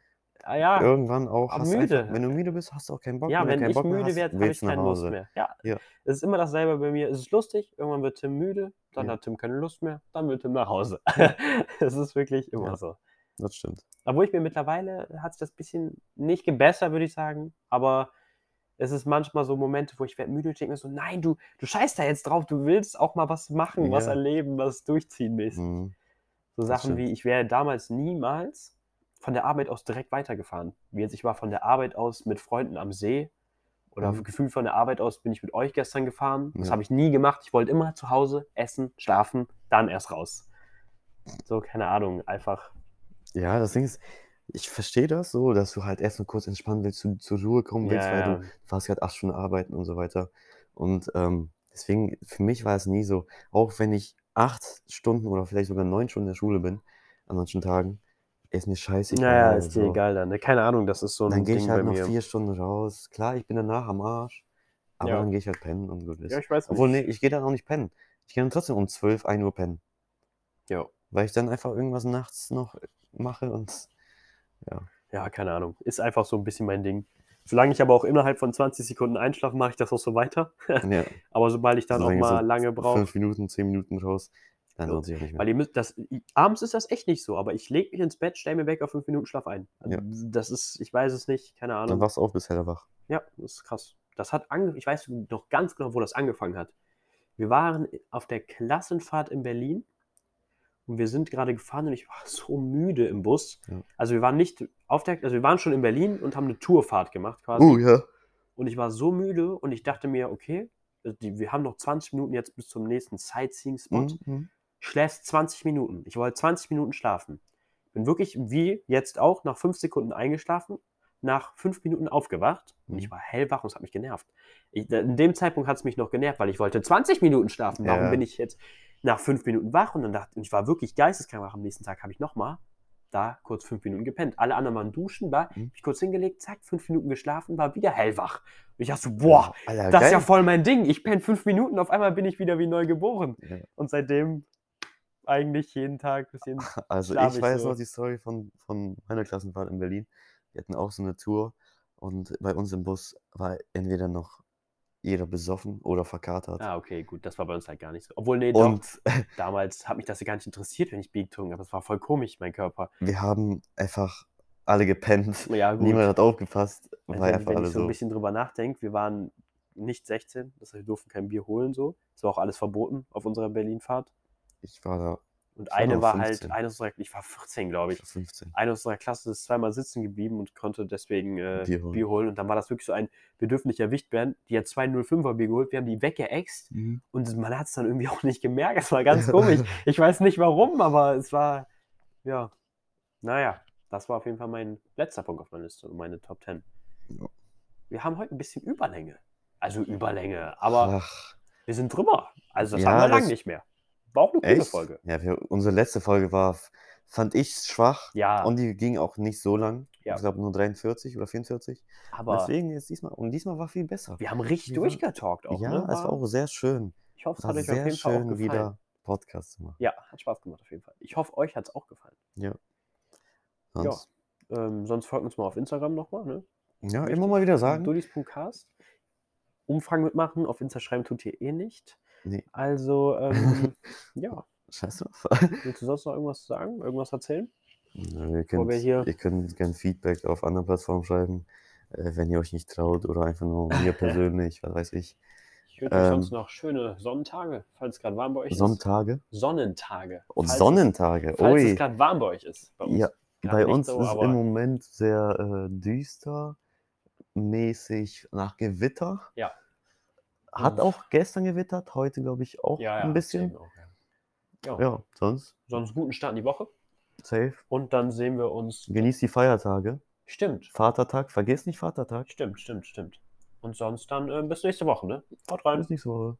[SPEAKER 1] Ah, ja.
[SPEAKER 2] irgendwann auch.
[SPEAKER 1] aber
[SPEAKER 2] Hast du einfach,
[SPEAKER 1] müde.
[SPEAKER 2] wenn du müde bist, hast du auch keinen Bock
[SPEAKER 1] Ja,
[SPEAKER 2] mehr.
[SPEAKER 1] wenn
[SPEAKER 2] keinen
[SPEAKER 1] ich
[SPEAKER 2] Bock mehr
[SPEAKER 1] müde
[SPEAKER 2] hast,
[SPEAKER 1] werde, habe ich
[SPEAKER 2] willst nach
[SPEAKER 1] keine Lust
[SPEAKER 2] Hause.
[SPEAKER 1] mehr. Ja,
[SPEAKER 2] Ja.
[SPEAKER 1] es ist immer dasselbe bei mir. Es ist lustig, irgendwann wird Tim müde, dann
[SPEAKER 2] Ja.
[SPEAKER 1] hat Tim keine Lust mehr, dann wird Tim nach Hause. Es ist wirklich immer
[SPEAKER 2] Ja.
[SPEAKER 1] so.
[SPEAKER 2] Das stimmt.
[SPEAKER 1] Obwohl ich mir mittlerweile hat es das bisschen nicht gebessert, würde ich sagen, aber es ist manchmal so Momente, wo ich werde müde und denke mir so, nein, du, du scheißt da jetzt drauf, du willst auch mal was machen, was
[SPEAKER 2] Ja.
[SPEAKER 1] erleben, was durchziehen mäßig.
[SPEAKER 2] Mhm.
[SPEAKER 1] So
[SPEAKER 2] Das
[SPEAKER 1] Sachen wie, ich wäre damals niemals von der Arbeit aus direkt weitergefahren. Wie jetzt, ich war von der Arbeit aus mit Freunden am See oder
[SPEAKER 2] Mhm.
[SPEAKER 1] gefühlt von der Arbeit aus bin ich mit euch gestern gefahren. Das
[SPEAKER 2] Ja.
[SPEAKER 1] habe ich nie gemacht. Ich wollte immer zu Hause essen, schlafen, dann erst raus. So, keine Ahnung, einfach.
[SPEAKER 2] Ja, das Ding ist, ich verstehe das so, dass du halt erstmal kurz entspannen willst, zu, zur Ruhe kommen willst, weil du
[SPEAKER 1] ja,
[SPEAKER 2] warst gerade acht Stunden arbeiten und so weiter. Und ähm, deswegen, für mich war es nie so, auch wenn ich acht Stunden oder vielleicht sogar neun Stunden in der Schule bin, an manchen Tagen, ist mir scheißegal.
[SPEAKER 1] naja, ist dir
[SPEAKER 2] so.
[SPEAKER 1] egal dann. ne? Keine Ahnung, das ist so ein
[SPEAKER 2] Dann gehe
[SPEAKER 1] Ding
[SPEAKER 2] ich
[SPEAKER 1] bei
[SPEAKER 2] halt noch
[SPEAKER 1] mir.
[SPEAKER 2] vier Stunden raus. Klar, ich bin danach am Arsch, Aber
[SPEAKER 1] Ja.
[SPEAKER 2] dann gehe ich halt pennen und gut ist.
[SPEAKER 1] Ja, ich weiß
[SPEAKER 2] Obwohl, nee, ich gehe dann auch nicht pennen. Ich gehe dann trotzdem um 12, 1 Uhr pennen.
[SPEAKER 1] Ja.
[SPEAKER 2] Weil ich dann einfach irgendwas nachts noch mache und
[SPEAKER 1] Ja, keine Ahnung. Ist einfach so ein bisschen mein Ding. Solange ich aber auch innerhalb von 20 Sekunden einschlafe, mache ich das auch so weiter.
[SPEAKER 2] ja,
[SPEAKER 1] Aber sobald ich dann auch
[SPEAKER 2] Solange es
[SPEAKER 1] mal
[SPEAKER 2] so
[SPEAKER 1] lange brauche.
[SPEAKER 2] 5 Minuten, 10 Minuten raus, dann
[SPEAKER 1] Ja.
[SPEAKER 2] lohnt sich auch nicht mehr.
[SPEAKER 1] Weil ihr müsst, das, i- abends ist das echt nicht so, aber ich lege mich ins Bett, stelle mir Wecker, fünf Minuten Schlaf ein. Also
[SPEAKER 2] Ja.
[SPEAKER 1] Das ist, ich weiß es nicht, keine
[SPEAKER 2] Dann
[SPEAKER 1] Ahnung.
[SPEAKER 2] wachst du auf, bist heller wach.
[SPEAKER 1] ja, das ist krass. Das hat ange ich weiß noch ganz genau, wo das angefangen hat. Wir waren auf der Klassenfahrt in Berlin und wir sind gerade gefahren und ich war so müde im Bus.
[SPEAKER 2] Ja.
[SPEAKER 1] Also wir waren nicht auf der, also wir waren schon in Berlin und haben eine Tourfahrt gemacht quasi.
[SPEAKER 2] Uh, ja.
[SPEAKER 1] Und ich war so müde und ich dachte mir, okay, also die, wir haben noch 20 Minuten jetzt bis zum nächsten Sightseeing-Spot
[SPEAKER 2] Mhm.
[SPEAKER 1] schläfst 20 Minuten. Ich wollte 20 Minuten schlafen. Bin wirklich wie jetzt auch nach 5 Sekunden eingeschlafen, nach 5 Minuten aufgewacht und
[SPEAKER 2] Mhm.
[SPEAKER 1] ich war hellwach und es hat mich genervt. Ich, da- in dem Zeitpunkt hat es mich noch genervt, weil ich wollte 20 Minuten schlafen. Warum
[SPEAKER 2] Ja.
[SPEAKER 1] bin ich jetzt nach 5 Minuten wach? Und dann dachte und ich, war wirklich geisteskrank wach. Am nächsten Tag habe ich nochmal da kurz 5 Minuten gepennt. Alle anderen waren duschen, war
[SPEAKER 2] Mhm.
[SPEAKER 1] mich kurz hingelegt, zack, 5 Minuten geschlafen, war wieder hellwach. Und ich dachte so, boah,
[SPEAKER 2] Alter,
[SPEAKER 1] das ist ja
[SPEAKER 2] geil.
[SPEAKER 1] voll mein Ding. Ich penne fünf Minuten, auf einmal bin ich wieder wie neu geboren.
[SPEAKER 2] Ja.
[SPEAKER 1] Und seitdem eigentlich jeden Tag ein bisschen.
[SPEAKER 2] Also
[SPEAKER 1] Schlaf
[SPEAKER 2] ich
[SPEAKER 1] ich
[SPEAKER 2] weiß
[SPEAKER 1] so.
[SPEAKER 2] noch die Story von, von meiner Klassenfahrt in Berlin. Wir hatten auch so eine Tour und bei uns im Bus war entweder noch jeder besoffen oder verkatert.
[SPEAKER 1] Ah, okay, gut, das war bei uns halt gar nicht so. Obwohl, nee, doch,
[SPEAKER 2] und
[SPEAKER 1] damals hat mich das ja gar nicht interessiert, wenn ich Bier getrunken habe. Das war voll komisch, mein Körper.
[SPEAKER 2] wir haben einfach alle gepennt.
[SPEAKER 1] Ja, gut.
[SPEAKER 2] Niemand hat aufgepasst, weil
[SPEAKER 1] Also, wenn
[SPEAKER 2] einfach
[SPEAKER 1] wenn
[SPEAKER 2] alle
[SPEAKER 1] ich so
[SPEAKER 2] so.
[SPEAKER 1] ein bisschen drüber nachdenke, wir waren nicht 16, das heißt, wir durften kein Bier holen, so. Das war auch alles verboten auf unserer Berlinfahrt.
[SPEAKER 2] ich war da
[SPEAKER 1] Und
[SPEAKER 2] Ich war
[SPEAKER 1] eine
[SPEAKER 2] noch
[SPEAKER 1] war
[SPEAKER 2] 15.
[SPEAKER 1] halt, eine unserer, ich war 14, glaube
[SPEAKER 2] ich
[SPEAKER 1] ich.
[SPEAKER 2] war 15.
[SPEAKER 1] einer aus unserer Klasse ist zweimal sitzen geblieben und konnte deswegen äh,
[SPEAKER 2] Bier
[SPEAKER 1] Bier,
[SPEAKER 2] holen.
[SPEAKER 1] holen. Und dann war das wirklich so ein, wir dürfen nicht erwischt werden. Die hat 205er Bier geholt, wir haben die weggeäxt und man hat es dann irgendwie auch nicht gemerkt. Es war ganz komisch. Ich weiß nicht warum, aber es war, ja, naja, das war auf jeden Fall mein letzter Punkt auf meiner Liste und meine Top 10.
[SPEAKER 2] Ja.
[SPEAKER 1] Wir haben heute ein bisschen Überlänge. Also Überlänge, aber
[SPEAKER 2] Ach,
[SPEAKER 1] wir sind drüber. Also das
[SPEAKER 2] Ja,
[SPEAKER 1] haben wir
[SPEAKER 2] das-
[SPEAKER 1] lange nicht mehr. War auch eine coole
[SPEAKER 2] echt?
[SPEAKER 1] Folge.
[SPEAKER 2] Ja, wir, unsere letzte Folge war, fand ich schwach.
[SPEAKER 1] Ja,
[SPEAKER 2] Und die ging auch nicht so lang.
[SPEAKER 1] Ah. Ja.
[SPEAKER 2] Ich glaube nur 43 oder 44.
[SPEAKER 1] aber
[SPEAKER 2] Deswegen ist diesmal, und diesmal war viel besser.
[SPEAKER 1] wir haben richtig
[SPEAKER 2] wir waren-
[SPEAKER 1] durchgetalkt auch.
[SPEAKER 2] ja,
[SPEAKER 1] ne?
[SPEAKER 2] es war auch sehr schön.
[SPEAKER 1] Ich hoffe,
[SPEAKER 2] Es
[SPEAKER 1] es
[SPEAKER 2] war
[SPEAKER 1] hat euch auf
[SPEAKER 2] Also sehr
[SPEAKER 1] jeden Fall auch
[SPEAKER 2] schön,
[SPEAKER 1] gefallen.
[SPEAKER 2] wieder Podcast zu machen.
[SPEAKER 1] Ja, hat Spaß gemacht auf jeden Fall. Ich hoffe, euch hat es auch gefallen.
[SPEAKER 2] Sonst,
[SPEAKER 1] Ähm, sonst folgt uns mal auf Instagram nochmal, ne?
[SPEAKER 2] ja,
[SPEAKER 1] Richtig.
[SPEAKER 2] immer mal wieder sagen.
[SPEAKER 1] Dullis.cast. Umfragen mitmachen, auf Insta schreiben tut ihr eh nicht.
[SPEAKER 2] Nee.
[SPEAKER 1] Also, ähm, ja.
[SPEAKER 2] Scheiß drauf.
[SPEAKER 1] Willst du sonst noch irgendwas sagen? Irgendwas erzählen?
[SPEAKER 2] Nö,
[SPEAKER 1] Wo
[SPEAKER 2] ihr, könnt,
[SPEAKER 1] wir hier-
[SPEAKER 2] ihr könnt gerne Feedback auf anderen Plattformen schreiben, äh, wenn ihr euch nicht traut oder einfach nur mir persönlich, was weiß ich.
[SPEAKER 1] Ich wünsche euch
[SPEAKER 2] Ähm,
[SPEAKER 1] sonst noch schöne Sonnentage, falls es gerade warm bei euch
[SPEAKER 2] Sonntage
[SPEAKER 1] ist. Sonnentage.
[SPEAKER 2] und
[SPEAKER 1] falls
[SPEAKER 2] Oh, Sonnentage.
[SPEAKER 1] Es, falls
[SPEAKER 2] Ui,
[SPEAKER 1] es gerade warm bei euch ist. Bei uns,
[SPEAKER 2] Ja,
[SPEAKER 1] Grad
[SPEAKER 2] bei
[SPEAKER 1] nicht
[SPEAKER 2] uns
[SPEAKER 1] so,
[SPEAKER 2] ist
[SPEAKER 1] aber-
[SPEAKER 2] im Moment sehr äh, düster, mäßig nach Gewitter.
[SPEAKER 1] Ja.
[SPEAKER 2] Hat
[SPEAKER 1] Mhm.
[SPEAKER 2] auch gestern gewittert, heute glaube ich auch
[SPEAKER 1] ja, ja,
[SPEAKER 2] ein bisschen.
[SPEAKER 1] deswegen Auch, ja. Ja.
[SPEAKER 2] Ja, sonst
[SPEAKER 1] Sonst guten Start in die Woche
[SPEAKER 2] safe.
[SPEAKER 1] und dann sehen wir uns.
[SPEAKER 2] Genießt die Feiertage.
[SPEAKER 1] Stimmt.
[SPEAKER 2] Vatertag, vergesst nicht Vatertag.
[SPEAKER 1] Stimmt, stimmt, stimmt. Und sonst dann äh, bis nächste Woche, ne? Haut rein.
[SPEAKER 2] Bis nächste Woche.